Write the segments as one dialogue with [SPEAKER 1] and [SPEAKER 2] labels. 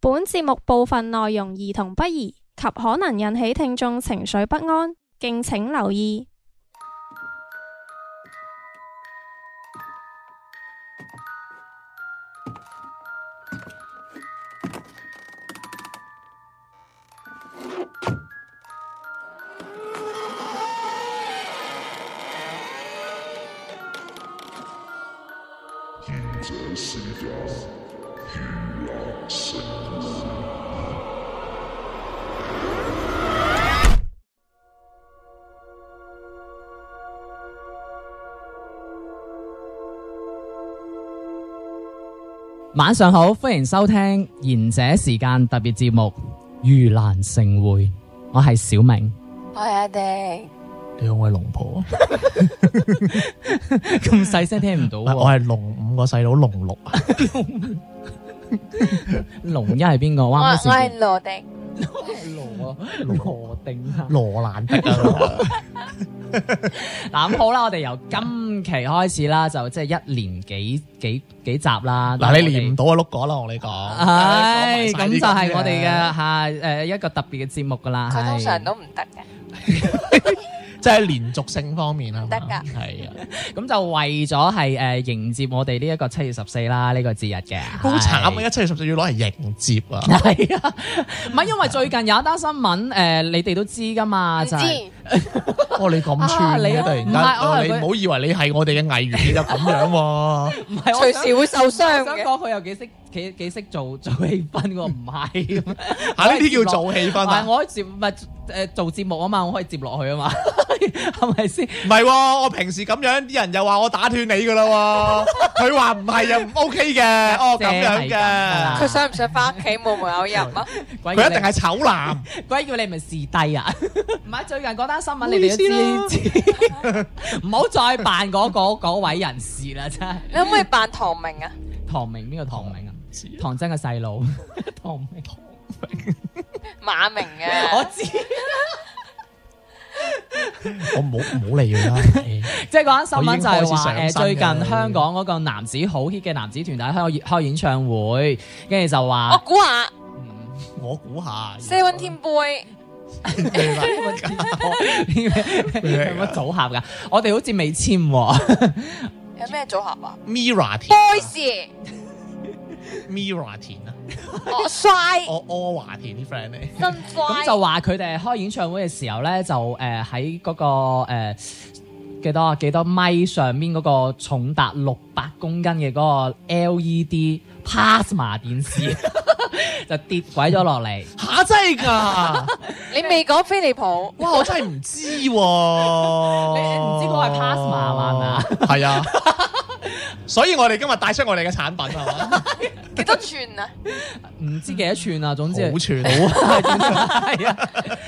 [SPEAKER 1] 本節目部分內容兒童不宜及可能引起聽眾情緒不安，敬請留意。
[SPEAKER 2] 晚上好，歡迎收聽賢者時間特別節目《盂蘭盛會》，我係小明。
[SPEAKER 3] 我係阿迪，
[SPEAKER 4] 你好，我係龍婆，
[SPEAKER 2] 咁細聲聽唔到
[SPEAKER 4] 我
[SPEAKER 2] 喎，
[SPEAKER 4] 係龍五個細佬龍六，啊
[SPEAKER 2] 龍一係邊個？
[SPEAKER 3] 我
[SPEAKER 2] 哇！
[SPEAKER 3] 我
[SPEAKER 2] 乜事
[SPEAKER 3] 係羅迪，
[SPEAKER 2] 羅羅定啊！
[SPEAKER 4] 羅蘭迪啊，
[SPEAKER 2] 嗱咁好啦，我哋由今期開始啦，就即係一連幾幾幾集啦。
[SPEAKER 4] 嗱你
[SPEAKER 2] 連
[SPEAKER 4] 連唔到啊碌果啦，我同你講，
[SPEAKER 2] 唉，
[SPEAKER 4] 講
[SPEAKER 2] 咁
[SPEAKER 4] 埋晒啊啲
[SPEAKER 2] 就係
[SPEAKER 4] 嘅
[SPEAKER 2] 我哋嘅吓誒一個特別嘅節目噶啦。
[SPEAKER 3] 佢通常
[SPEAKER 2] 係
[SPEAKER 3] 都唔得嘅，
[SPEAKER 4] 即係連續性方面啊，
[SPEAKER 3] 得㗎
[SPEAKER 4] 係啊，
[SPEAKER 2] 咁就為咗係誒迎接我哋呢一個七月十四啦，呢個節日嘅。
[SPEAKER 4] 好慘
[SPEAKER 2] 係
[SPEAKER 4] 啊！一七月十四要攞嚟迎接啊，
[SPEAKER 2] 系啊，唔系因為最近有一單新聞，诶、你哋都知噶嘛，
[SPEAKER 3] 唔
[SPEAKER 2] 就係
[SPEAKER 3] 知
[SPEAKER 4] 哇你咁
[SPEAKER 2] 啊
[SPEAKER 4] 串
[SPEAKER 2] 你
[SPEAKER 4] 嘅
[SPEAKER 2] 啊
[SPEAKER 4] 突然
[SPEAKER 2] 唔係我係
[SPEAKER 4] 間，你
[SPEAKER 2] 佢
[SPEAKER 4] 唔好以為你係我哋嘅藝員你就咁樣 喎，
[SPEAKER 2] 唔係我
[SPEAKER 3] 隨時會受傷
[SPEAKER 2] 想想
[SPEAKER 3] 嘅。
[SPEAKER 2] 講佢又幾識幾幾識做 做氣氛喎，唔係，
[SPEAKER 4] 嚇呢啲叫做氣氛
[SPEAKER 2] 但係
[SPEAKER 4] 啊，
[SPEAKER 2] 我可以接咪诶做節目啊嘛，我可以接落去啊嘛， 係咪先？
[SPEAKER 4] 唔係喎，我平時咁樣啲人又話我打斷你㗎啦喎，佢話唔係啊又唔 OK 嘅，哦咁樣
[SPEAKER 2] 即係係咁㗎
[SPEAKER 4] 嘅
[SPEAKER 2] 啦。
[SPEAKER 3] 佢想唔想翻屋企冇門口入啊？
[SPEAKER 2] 鬼叫
[SPEAKER 4] 佢一
[SPEAKER 2] 你
[SPEAKER 4] 定係醜男，
[SPEAKER 2] 鬼叫你咪視低 啊！唔係最近嗰單新聞你哋都知， 唔好再扮嗰嗰嗰位人士啦，真係
[SPEAKER 3] 你可唔可以扮唐明啊？
[SPEAKER 2] 唐明邊個唐明啊？唐真嘅細佬， 唐明。
[SPEAKER 3] 馬明
[SPEAKER 2] 我
[SPEAKER 3] 啊，
[SPEAKER 2] 知，
[SPEAKER 4] 我唔好唔好理佢啦。
[SPEAKER 2] 即係嗰單新聞就係
[SPEAKER 4] 我已經開始
[SPEAKER 2] 話
[SPEAKER 4] 上身
[SPEAKER 2] 誒
[SPEAKER 4] 㗎
[SPEAKER 2] 最近香港嗰個男子好 hit 嘅男子團體開開演唱會，跟住就
[SPEAKER 3] 我
[SPEAKER 2] 話
[SPEAKER 3] 估下
[SPEAKER 4] 我估下
[SPEAKER 3] Seventeen Boy
[SPEAKER 2] 有乜組合㗎？我哋好似未簽喎，
[SPEAKER 3] 有咩組合啊
[SPEAKER 4] Mira 田
[SPEAKER 3] ？Boys，
[SPEAKER 4] ，Mira 田啊，
[SPEAKER 3] 我衰
[SPEAKER 4] 我柯華田啲 friend 咧，
[SPEAKER 3] 真
[SPEAKER 2] 咁就
[SPEAKER 3] 乖，
[SPEAKER 2] 話佢哋開演唱會嘅時候咧，就誒喺嗰個誒幾多啊幾多米上面嗰個重達六百公斤嘅嗰個 LED plasma 電視就跌鬼咗落嚟。
[SPEAKER 4] 吓真係 㗎，
[SPEAKER 3] 你未講飛利浦，
[SPEAKER 4] 哇我真係唔知喎，你
[SPEAKER 2] 唔知嗰個係 Pasma 嘛
[SPEAKER 4] 係啊，所以我哋今日帶出我哋嘅產品啊係嘛，
[SPEAKER 3] 幾多寸啊？
[SPEAKER 2] 唔知幾多寸啊，總之
[SPEAKER 4] 好串
[SPEAKER 2] 係啊，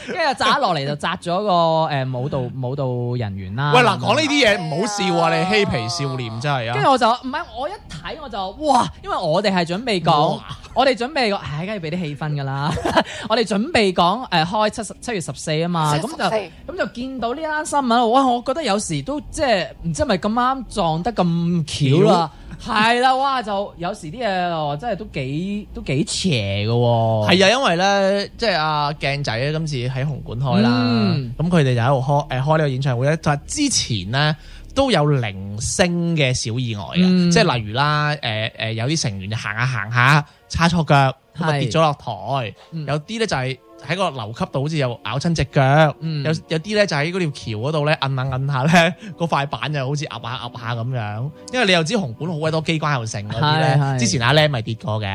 [SPEAKER 2] 跟住就砸落嚟就砸咗個誒舞蹈舞蹈人員啦。
[SPEAKER 4] 喂嗱，講呢啲嘢唔好笑啊，你嬉皮笑臉真係
[SPEAKER 2] 跟
[SPEAKER 4] 啊，
[SPEAKER 2] 住我就唔係我一睇我就哇，因為我哋係準備講
[SPEAKER 4] 哇，
[SPEAKER 2] 我哋準備講，唉，梗係俾啲氣氛㗎啦。 我哋準備講誒、開七十七月十四啊嘛，咁
[SPEAKER 3] 七月十四
[SPEAKER 2] 就咁就見到呢單新聞，哇！我覺得有時都即係唔知係咪咁啱撞得咁巧啦，係啦，哇！就有時啲嘢我真係都幾都幾邪㗎喎，
[SPEAKER 4] 係啊，因為咧，即係阿鏡仔咧，今次喺紅館開啦
[SPEAKER 2] 嗯，
[SPEAKER 4] 咁佢哋就喺度開誒開呢個演唱會咧，就係之前咧都有零星嘅小意外嘅，
[SPEAKER 2] 嗯
[SPEAKER 4] 即係例如啦，誒、誒、有啲成員就行下行下叉錯腳，咁啊
[SPEAKER 2] 係
[SPEAKER 4] 跌咗落台，
[SPEAKER 2] 嗯
[SPEAKER 4] 有啲咧就係喺個樓級度好似又咬親只腳，
[SPEAKER 2] 嗯
[SPEAKER 4] 有有啲咧就喺嗰條橋嗰度咧摁下摁下 咧，嗰塊板就好似壓下壓下咁樣，因為你又知紅館好鬼多機關又剩嗰啲
[SPEAKER 2] 係係
[SPEAKER 4] 咧，之前阿僆咪跌過嘅。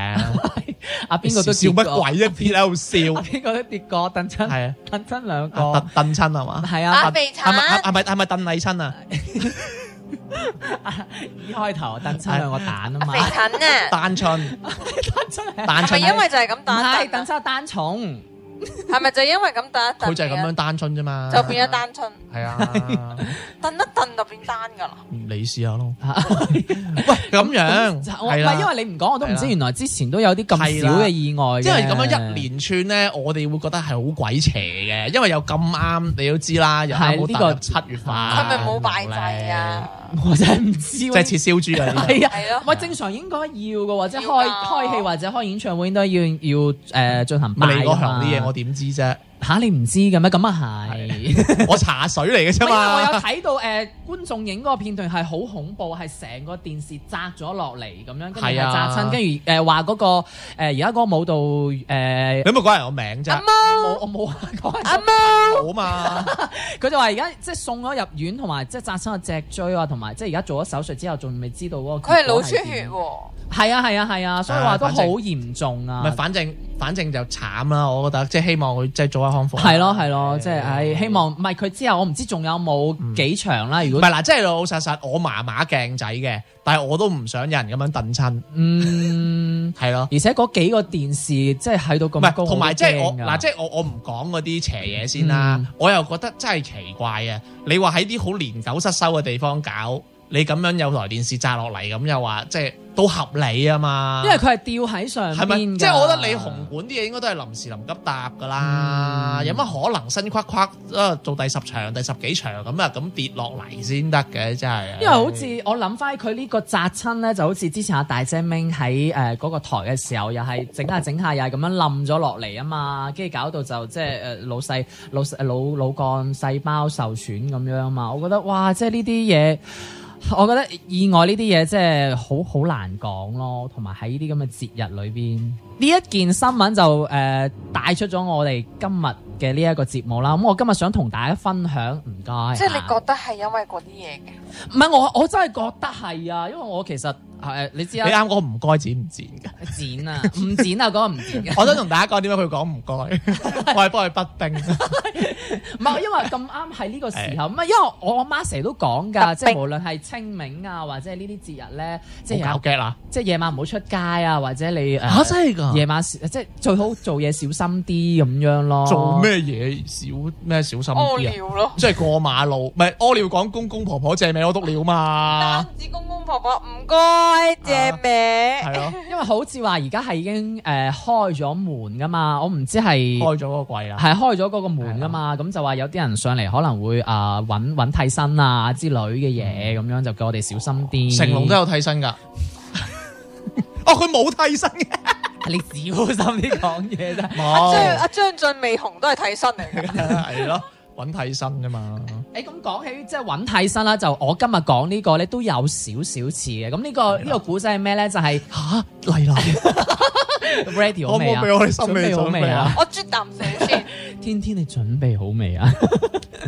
[SPEAKER 2] 啊邊個都
[SPEAKER 4] 笑
[SPEAKER 2] 跌過
[SPEAKER 4] 乜？鬼一啲喺度
[SPEAKER 2] 啊
[SPEAKER 4] 笑，
[SPEAKER 2] 邊個都跌過，蹬親
[SPEAKER 4] 係啊，
[SPEAKER 2] 蹬親兩個，
[SPEAKER 4] 啊鄧鄧親係嘛？
[SPEAKER 2] 係
[SPEAKER 3] 阿
[SPEAKER 2] 啊，
[SPEAKER 3] 肥
[SPEAKER 4] 係咪係
[SPEAKER 3] 產，
[SPEAKER 4] 係咪係咪鄧麗親啊？
[SPEAKER 2] 一開頭蹬親兩個蛋啊嘛
[SPEAKER 3] 肥。產啊，
[SPEAKER 4] 單親
[SPEAKER 2] 真係
[SPEAKER 4] 單
[SPEAKER 3] 係咪因
[SPEAKER 4] 親，
[SPEAKER 3] 為就係咁打
[SPEAKER 2] 係
[SPEAKER 3] 一頓
[SPEAKER 2] 等
[SPEAKER 3] 啊？
[SPEAKER 2] 差單重，
[SPEAKER 3] À, 係咪就因為咁打一頓？
[SPEAKER 4] 佢就係咁樣單親啫嘛。
[SPEAKER 3] 啊就變咗單春。
[SPEAKER 4] 系啊，
[SPEAKER 3] 蹬一蹬就變單㗎啦。
[SPEAKER 4] 你試下咯。 喂，咁樣
[SPEAKER 2] 我唔
[SPEAKER 4] 係啦，
[SPEAKER 2] 係因為你唔講，我都唔
[SPEAKER 4] 係
[SPEAKER 2] 知
[SPEAKER 4] 啦
[SPEAKER 2] 原來之前都有啲咁
[SPEAKER 4] 係
[SPEAKER 2] 少
[SPEAKER 4] 啦
[SPEAKER 2] 嘅意外啊嘅。
[SPEAKER 4] 因為咁樣一連串咧，我哋會覺得係好鬼邪嘅，因為又咁啱，你都知啦，又啱
[SPEAKER 2] 係
[SPEAKER 4] 好
[SPEAKER 2] 呢個
[SPEAKER 4] 踏入七月份，
[SPEAKER 3] 佢咪冇拜祭啊？
[SPEAKER 2] 我真係唔知
[SPEAKER 4] 即
[SPEAKER 2] 喎，
[SPEAKER 4] 係切燒豬啊！呢啲
[SPEAKER 2] 係啊。
[SPEAKER 3] 係咯，
[SPEAKER 2] 喂，正常應該要嘅喎，即係
[SPEAKER 3] 要
[SPEAKER 2] 開
[SPEAKER 3] 㗎
[SPEAKER 2] 開戲或者開演唱會應該要要誒進行
[SPEAKER 4] 咪
[SPEAKER 2] 拜
[SPEAKER 4] 你嗰
[SPEAKER 2] 㗎嘛
[SPEAKER 4] 行啲嘢我點知啫？
[SPEAKER 2] 嚇你唔知嘅咩？咁啊係。
[SPEAKER 4] 我茶水嚟嘅啫
[SPEAKER 2] 因為我有
[SPEAKER 4] 嘛。
[SPEAKER 2] 睇到誒、呃、觀眾影嗰個片段係好恐怖，係成個電視砸咗落嚟咁樣，跟住係
[SPEAKER 4] 係啊
[SPEAKER 2] 砸親，跟住誒話嗰個呃而家嗰個舞蹈誒、呃
[SPEAKER 4] 你冇講人我名
[SPEAKER 3] 阿
[SPEAKER 4] 啫，
[SPEAKER 3] 毛
[SPEAKER 2] 我我冇講，
[SPEAKER 3] 阿毛，
[SPEAKER 4] 好嘛？
[SPEAKER 2] 佢就話而家即係送咗入院，同埋即係砸親個脊椎啊，同埋即係而家做咗手術之後，仲未知道嗰個
[SPEAKER 3] 佢
[SPEAKER 2] 結
[SPEAKER 3] 係腦
[SPEAKER 2] 果
[SPEAKER 3] 出
[SPEAKER 2] 係點
[SPEAKER 3] 血。喎。
[SPEAKER 2] 係啊係啊係啊，所以話都
[SPEAKER 4] 啊反
[SPEAKER 2] 好
[SPEAKER 4] 正
[SPEAKER 2] 嚴重
[SPEAKER 4] 咪
[SPEAKER 2] 啊。
[SPEAKER 4] 反正反正就慘啦，我覺得即係希望佢即係早日康復。啊
[SPEAKER 2] 係咯係咯，即係唉，希望唔係佢之後，我唔知仲有冇幾場啦。如
[SPEAKER 4] 唔
[SPEAKER 2] 果
[SPEAKER 4] 係嗱，即係老老實實，我麻麻鏡仔嘅，但係我都唔想有人咁樣燉親，
[SPEAKER 2] 嗯。
[SPEAKER 4] 係咯。
[SPEAKER 2] 而且嗰幾個電視即係喺到
[SPEAKER 4] 唔
[SPEAKER 2] 咁高，
[SPEAKER 4] 係，同埋即係我
[SPEAKER 2] 好驚㗎
[SPEAKER 4] 嗱，即係我我唔講嗰啲邪嘢先啦，
[SPEAKER 2] 嗯
[SPEAKER 4] 我又覺得真係奇怪啊！你話喺啲好年久失修嘅地方搞，你咁樣有台電視砸落嚟，咁又話即係都合理啊嘛？
[SPEAKER 2] 因為佢係吊喺上
[SPEAKER 4] 係咪？
[SPEAKER 2] 邊㗎
[SPEAKER 4] 即係我覺得你紅館啲嘢應該都係臨時臨急搭㗎啦，
[SPEAKER 2] 嗯
[SPEAKER 4] 有乜可能新框框啊做第十場、第十幾場咁啊咁跌落嚟先得嘅？真係。啊
[SPEAKER 2] 因為好似我諗翻佢呢個砸親咧，就好似之前阿大姐明喺誒嗰個台嘅時候，又係整下整下又係咁樣冧咗落嚟啊嘛，跟住搞到就即係誒腦細腦細腦腦幹細胞受損咁樣啊嘛，我覺得哇，即係呢啲嘢。我覺得意外呢啲嘢即係好好難講咯，同埋喺呢啲咁嘅節日裏邊，呢一件新聞就誒、呃、帶出咗我哋今日嘅呢一個節目啦。咁、我今日想同大家分享，唔該。
[SPEAKER 3] 即係你
[SPEAKER 2] 啊
[SPEAKER 3] 覺得係因為嗰啲嘢
[SPEAKER 2] 唔
[SPEAKER 3] 嘅，
[SPEAKER 2] 係我，我真係覺得係啊，因為我其實誒、呃你知
[SPEAKER 4] 你
[SPEAKER 2] 啊，
[SPEAKER 4] 啱講唔該剪唔剪 嘅？
[SPEAKER 2] 剪啊，唔剪啊，嗰、個唔剪 嘅。
[SPEAKER 4] 我想同大家講點解佢講唔 該，我係幫佢筆冰。
[SPEAKER 2] 唔係因為咁啱喺呢個時 候，唔係因為我我媽成日都講
[SPEAKER 4] 啊
[SPEAKER 2] 㗎，即
[SPEAKER 3] 特
[SPEAKER 2] 係
[SPEAKER 3] 別
[SPEAKER 2] 無論係清明啊，或者係呢啲節日咧，即係
[SPEAKER 4] 好
[SPEAKER 2] 啊
[SPEAKER 4] 搞 get 啦！
[SPEAKER 2] 即係夜晚唔好出街啊，或者你誒、呃
[SPEAKER 4] 嚇真係啊㗎
[SPEAKER 2] 夜晚即係最好做嘢小心啲咁樣咯。
[SPEAKER 4] 做？咩嘢小咩小心
[SPEAKER 3] 屙
[SPEAKER 4] 啲啊？
[SPEAKER 3] 尿咯。
[SPEAKER 4] 即係過馬路，唔係屙尿講公公婆婆借名我督尿嘛，
[SPEAKER 3] 單止公公婆婆唔該借名，
[SPEAKER 4] 係咯，
[SPEAKER 2] 因為好似話而家係已經誒、呃、開咗門㗎嘛，我唔知係
[SPEAKER 4] 開咗嗰個櫃啦，
[SPEAKER 2] 係開咗嗰個門噶嘛，
[SPEAKER 4] 啊
[SPEAKER 2] 咁就話有啲人上嚟可能會啊揾揾替身啊之類嘅嘢，咁樣就叫我哋小心啲。
[SPEAKER 4] 嗯成龍都有替身㗎。 哦，佢冇替身嘅，
[SPEAKER 2] 啊你小心啲講嘢啫。
[SPEAKER 3] 即係
[SPEAKER 4] 冇
[SPEAKER 3] 阿張俊未紅都係替身 嚟嘅。
[SPEAKER 4] 係咯，揾替身啫嘛。
[SPEAKER 2] 誒咁講起即係揾替身啦，就我今日講呢個咧都有少少似嘅。咁呢個
[SPEAKER 4] 啊
[SPEAKER 2] 呢個古仔係咩咧？就 係
[SPEAKER 4] 吓嚟啦，
[SPEAKER 2] ready 好
[SPEAKER 4] 可唔可
[SPEAKER 2] 未啊？
[SPEAKER 4] 以俾我哋心理
[SPEAKER 2] 準備好
[SPEAKER 4] 準
[SPEAKER 2] 未
[SPEAKER 4] 備啊
[SPEAKER 2] 啊？？
[SPEAKER 3] 我啜啖水先。
[SPEAKER 2] 天天你準備好未啊？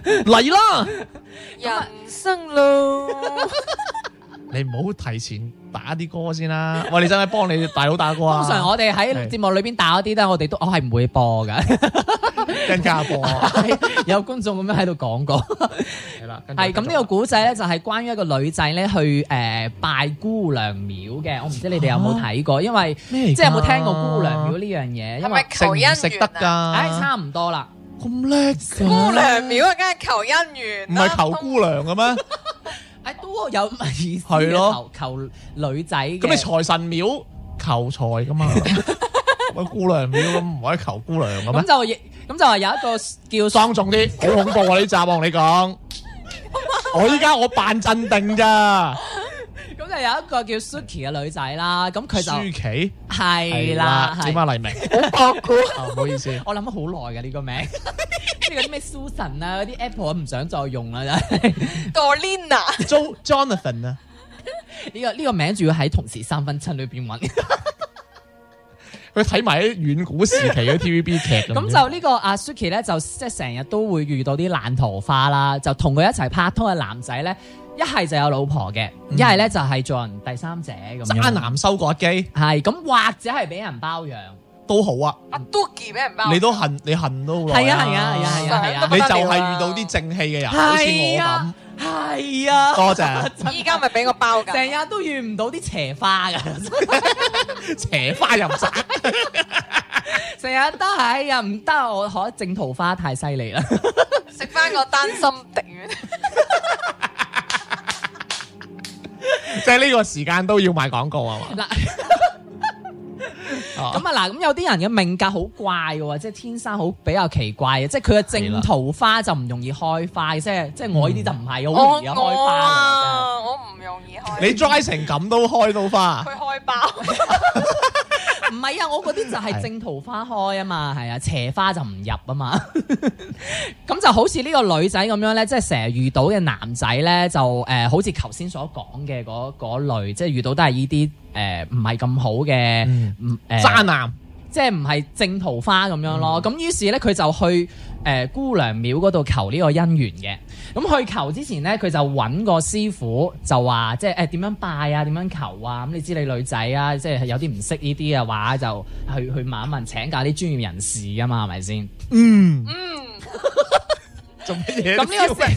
[SPEAKER 4] 嚟啦！
[SPEAKER 3] 人生路，
[SPEAKER 4] 你唔好提前打啲歌先啦。喂，你使唔使幫你大佬打歌啊？
[SPEAKER 2] 通常我哋喺節目裏邊打嗰啲咧，我哋都我哦係唔會播 㗎。
[SPEAKER 4] 跟家播
[SPEAKER 2] 有觀眾咁樣喺度講過。
[SPEAKER 4] 係啦，
[SPEAKER 2] 係咁呢個古仔咧，就係關於一個女仔咧去誒、呃拜姑娘廟嘅。我唔知你哋有冇睇過，因為
[SPEAKER 4] 啊咩
[SPEAKER 2] 即
[SPEAKER 4] 嚟㗎
[SPEAKER 2] 係有冇聽過姑娘廟呢樣嘢？
[SPEAKER 3] 係
[SPEAKER 2] 因
[SPEAKER 3] 咪
[SPEAKER 2] 為
[SPEAKER 4] 食
[SPEAKER 3] 求
[SPEAKER 4] 唔
[SPEAKER 3] 姻緣
[SPEAKER 4] 食得
[SPEAKER 3] 啊？
[SPEAKER 2] 唉、
[SPEAKER 4] 㗎？
[SPEAKER 2] 差唔多啦。
[SPEAKER 4] 咁叻㗎
[SPEAKER 3] 姑娘廟啊，梗係求姻緣
[SPEAKER 4] 唔
[SPEAKER 3] 啦，
[SPEAKER 4] 係求姑娘嘅咩？
[SPEAKER 2] 唉、哎都有 咁嘅意思嘅
[SPEAKER 4] 係咯
[SPEAKER 2] 求求女仔嘅。
[SPEAKER 4] 咁你財神廟求財噶嘛？喂，姑娘廟咁唔可以求姑娘嘅
[SPEAKER 2] 咁
[SPEAKER 4] 咩？
[SPEAKER 2] 就亦咁就話有一個叫
[SPEAKER 4] 莊重啲，好恐怖啊！呢集我同你講，我依家我扮鎮定咋？
[SPEAKER 2] 咁就有一個叫 Suki 嘅女仔啦。咁佢
[SPEAKER 4] 舒
[SPEAKER 2] 就
[SPEAKER 4] 淇
[SPEAKER 2] 係啦，
[SPEAKER 4] 點
[SPEAKER 2] 係
[SPEAKER 4] 啊黎明？好博估，啊唔好意思，
[SPEAKER 2] 我諗咗好耐嘅呢個名， 呢個啲咩 Susan 啊，嗰啲 Apple 唔想再用啦，真係
[SPEAKER 3] Dorina，
[SPEAKER 4] Jo Jonathan 啊，
[SPEAKER 2] 呢個呢個名仲要喺同時三分親裏邊揾。
[SPEAKER 4] 佢睇埋啲遠古時期 嘅 TVB 劇
[SPEAKER 2] 咁就呢個阿 Suki 咧，就即係成日都會遇到啲爛桃花啦，就同佢一齊拍拖嘅男仔咧，一係就有老婆嘅，一係咧就係做人第三者咁樣。
[SPEAKER 4] 嗯渣男收割機
[SPEAKER 2] 係咁，或者係俾人包養。
[SPEAKER 4] 都好啊，
[SPEAKER 3] 阿 Doki 俾人包，
[SPEAKER 4] 你都恨你恨都好耐
[SPEAKER 2] 係啊係啊係啊係啊係啊
[SPEAKER 3] 想都
[SPEAKER 4] 你就係遇到啲正氣嘅人，好似
[SPEAKER 2] 係
[SPEAKER 4] 我
[SPEAKER 2] 啊係啊，
[SPEAKER 4] 咁，多謝。
[SPEAKER 3] 依家咪俾我包緊，
[SPEAKER 2] 成日都遇唔到啲邪花㗎，
[SPEAKER 4] 斜花入 宅，
[SPEAKER 2] 成哎日都係啊唔得，我可正桃花太犀利啦。
[SPEAKER 3] 食翻個單心滴丸
[SPEAKER 4] 即係呢個時間都要賣廣告啊嘛。
[SPEAKER 2] 嗱。咁
[SPEAKER 4] 哦
[SPEAKER 2] 啊嗱，咁有啲人嘅命格好怪嘅喎，即係天生好比較奇怪啊嘅，即係佢嘅正桃花就唔容易開花嘅，即係即係我呢啲就唔係好容易開
[SPEAKER 3] 我
[SPEAKER 2] 花嘅。
[SPEAKER 3] 啊，我唔容易開。
[SPEAKER 4] 你 dry 成咁都開到花，
[SPEAKER 3] 佢開爆，
[SPEAKER 2] 真係唔係啊，我嗰啲就係正桃花開啊嘛，係啊，邪花就唔入啊嘛。 咁就好似呢個女仔咁樣咧，即係成日遇到嘅男仔咧，就誒、呃好似頭先所講嘅嗰嗰類，即係遇到都係呢啲誒唔係咁好嘅，呃
[SPEAKER 4] 嗯
[SPEAKER 2] 唔誒
[SPEAKER 4] 渣男
[SPEAKER 2] 即係唔係正桃花咁樣咯。咁、於是咧，佢就去誒、呃姑娘廟嗰度求呢個姻緣嘅。咁去求之前咧，佢就揾個師傅就話，即係誒點樣拜啊，點樣求啊。咁你知你女仔啊，即係有啲唔識呢啲嘅話，就去去問一問請教啲專業人士噶嘛，係咪先？
[SPEAKER 3] 嗯，
[SPEAKER 4] 做乜嘢？
[SPEAKER 2] 咁呢個時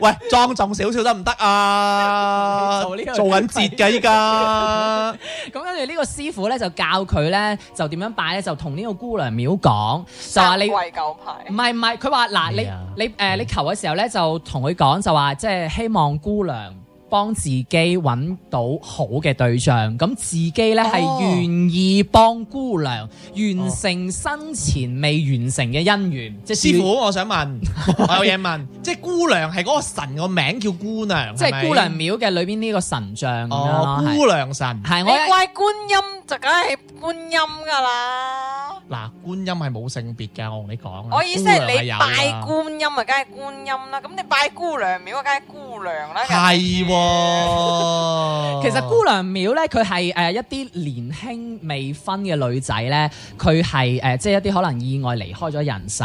[SPEAKER 4] 喂，莊重少少得唔得啊？
[SPEAKER 2] 做呢個
[SPEAKER 4] 做緊節㗎依家，
[SPEAKER 2] 咁跟住呢個師傅咧就教佢咧就點樣拜咧，就同呢個姑娘廟講，就話你。
[SPEAKER 3] 貴舊牌
[SPEAKER 2] 唔，係唔係，佢話嗱
[SPEAKER 4] 咩啊
[SPEAKER 2] 你你誒、你求嘅時候咧，就同佢講就話，即係希望姑娘幫自己揾到好嘅對象，咁自己咧係
[SPEAKER 4] 哦
[SPEAKER 2] 願意幫姑娘完成生前未完成嘅姻緣， 即係
[SPEAKER 4] 師傅，我想問，我有嘢問， 即係姑娘係嗰個神個名叫姑娘，
[SPEAKER 2] 即
[SPEAKER 4] 係
[SPEAKER 2] 係
[SPEAKER 4] 咪
[SPEAKER 2] 姑娘廟嘅裏邊呢個神像咁樣咯，，係
[SPEAKER 4] 哦姑娘哎神
[SPEAKER 2] 係
[SPEAKER 3] 你
[SPEAKER 2] 我一
[SPEAKER 3] 怪觀音就梗係觀音噶啦。
[SPEAKER 4] 嗱，觀音係冇性別㗎，我同你講啊。
[SPEAKER 3] 我意思係
[SPEAKER 4] 姑娘
[SPEAKER 3] 你
[SPEAKER 4] 有
[SPEAKER 3] 拜
[SPEAKER 4] 㗎
[SPEAKER 3] 觀音啊，梗係觀音啦。咁你拜姑娘廟啊，梗係姑娘啦。
[SPEAKER 4] 係 喎，
[SPEAKER 2] 其實姑娘廟咧，佢係呃誒一啲年輕未婚嘅女仔咧，佢係誒即係一啲可能意外離開咗人世，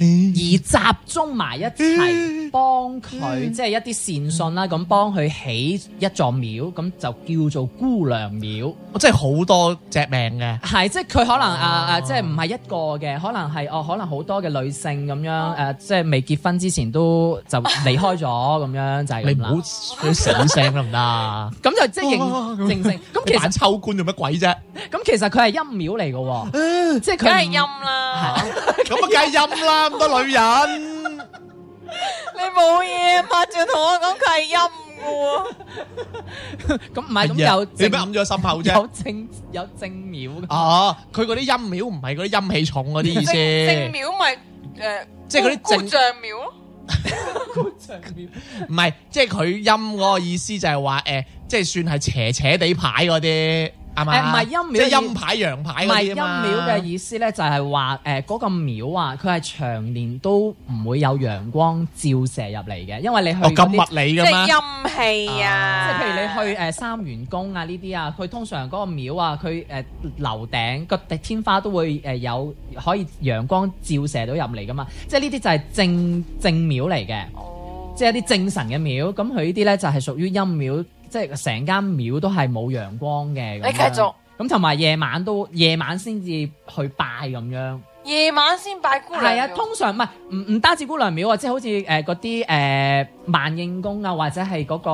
[SPEAKER 4] 嗯
[SPEAKER 2] 而集中埋一齊幫佢，
[SPEAKER 4] 嗯
[SPEAKER 2] 即係一啲善信啦，咁幫佢起一座廟，咁就叫做姑娘廟。
[SPEAKER 4] 我哦真係好多隻命嘅，
[SPEAKER 2] 係，即係佢可能啊啊，即係唔係一個嘅，可能係哦，可能好多嘅女性咁
[SPEAKER 4] 啊
[SPEAKER 2] 樣誒，即係未結婚之前都就離開咗咁樣就係
[SPEAKER 4] 你
[SPEAKER 2] 咁
[SPEAKER 4] 唔好
[SPEAKER 2] 啦。
[SPEAKER 4] 你死聲得唔啊得？
[SPEAKER 2] 咁就即係
[SPEAKER 4] 哇
[SPEAKER 2] 認認證。咁其
[SPEAKER 4] 你
[SPEAKER 2] 實
[SPEAKER 4] 玩秋官做乜 鬼啫？
[SPEAKER 2] 咁其實佢係陰廟嚟嘅
[SPEAKER 4] 啊
[SPEAKER 2] 喎，即係佢
[SPEAKER 3] 梗係
[SPEAKER 2] 唔
[SPEAKER 3] 陰啦，
[SPEAKER 4] 咁啊，梗係陰啦，咁多女人。
[SPEAKER 3] 你冇嘢拍住同我講佢係陰噶喎。
[SPEAKER 2] 咁唔係
[SPEAKER 4] 係
[SPEAKER 2] 咁
[SPEAKER 4] 啊
[SPEAKER 2] 有
[SPEAKER 4] 你
[SPEAKER 2] 正
[SPEAKER 4] 咩揞咗個心口啫？
[SPEAKER 2] 有正有正廟嘅，
[SPEAKER 4] 哦，佢嗰啲陰廟唔係嗰啲陰氣重嗰啲意
[SPEAKER 3] 正正
[SPEAKER 4] 思，
[SPEAKER 3] 廟咪誒，
[SPEAKER 4] 即係嗰啲
[SPEAKER 3] 姑姑
[SPEAKER 4] 正
[SPEAKER 3] 丈廟咯。
[SPEAKER 4] 唔係即係佢陰嗰個意思就係話誒，即係算係斜斜地牌嗰啲啱嘛？
[SPEAKER 2] 誒唔係陰廟
[SPEAKER 4] 即係陰牌陽
[SPEAKER 2] 唔
[SPEAKER 4] 牌嗰
[SPEAKER 2] 係
[SPEAKER 4] 啲
[SPEAKER 2] 陰
[SPEAKER 4] 啊嘛
[SPEAKER 2] 廟嘅意思咧，就係話誒嗰個廟啊，佢係長年都唔會有陽光照射入嚟嘅，因為你去
[SPEAKER 4] 哦
[SPEAKER 2] 嗰
[SPEAKER 4] 咁
[SPEAKER 2] 啲
[SPEAKER 4] 物理
[SPEAKER 3] 即
[SPEAKER 4] 嘅
[SPEAKER 3] 係
[SPEAKER 4] 咩？
[SPEAKER 3] 陰氣啊！
[SPEAKER 2] 即係譬如你去誒三元宮啊呢啲啊，佢通常嗰個廟啊，佢誒樓頂個天花都會誒有可以陽光照射到入嚟噶嘛，即係呢啲就係正正廟嚟嘅。
[SPEAKER 3] 哦
[SPEAKER 2] 即係一啲正神嘅廟，咁佢呢啲咧就係屬於陰廟，即係成間廟都係冇陽光嘅。咁樣
[SPEAKER 3] 你繼續。
[SPEAKER 2] 咁同埋夜晚都夜晚先至去拜咁樣。
[SPEAKER 3] 夜晚先拜姑娘廟。
[SPEAKER 2] 係啊，通常唔係唔唔單止姑娘廟啊，即係好似誒嗰啲誒萬應宮啊，或者係嗰個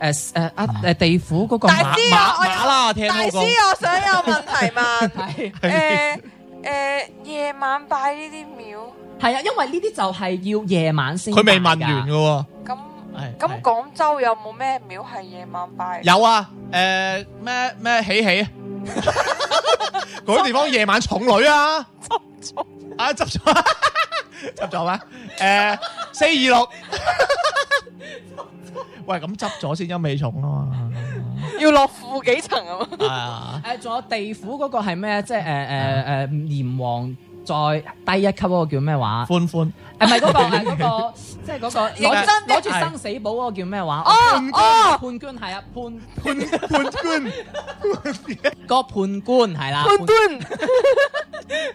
[SPEAKER 2] 誒誒啊誒地府嗰個
[SPEAKER 3] 大
[SPEAKER 2] 馬
[SPEAKER 3] 師
[SPEAKER 4] 馬
[SPEAKER 3] 啊我有
[SPEAKER 4] 馬啦，聽
[SPEAKER 3] 大
[SPEAKER 4] 我
[SPEAKER 3] 師，
[SPEAKER 4] 講。
[SPEAKER 3] 我想有問題問。
[SPEAKER 2] 係
[SPEAKER 3] 誒誒，夜晚拜呢啲廟，
[SPEAKER 2] 係啊，因為呢啲就係要夜晚先。
[SPEAKER 4] 佢未問完嘅。喎，
[SPEAKER 3] 咁
[SPEAKER 4] 係
[SPEAKER 3] 咁廣州有冇咩廟係夜晚拜？
[SPEAKER 4] 有啊，誒咩咩 喜喜啊，嗰啲地方夜晚重女啊， 啊執咗 執咗咩？誒四二 六，喂咁執咗先陰氣重啊嘛，
[SPEAKER 3] 要落負幾層啊？
[SPEAKER 4] 係啊，
[SPEAKER 2] 誒，仲有地府嗰個係咩？啊即係誒呃誒誒閻王再低一級嗰個叫咩話？
[SPEAKER 4] 歡歡
[SPEAKER 2] 係咪 嗰個係嗰個，即係嗰個攞
[SPEAKER 3] 認真
[SPEAKER 2] 住
[SPEAKER 3] 啲
[SPEAKER 2] 攞住生死簿嗰個叫咩話？
[SPEAKER 3] 哦哦
[SPEAKER 2] 判官係啊，判
[SPEAKER 4] 判判官
[SPEAKER 2] 個判官係啦，
[SPEAKER 3] 判官，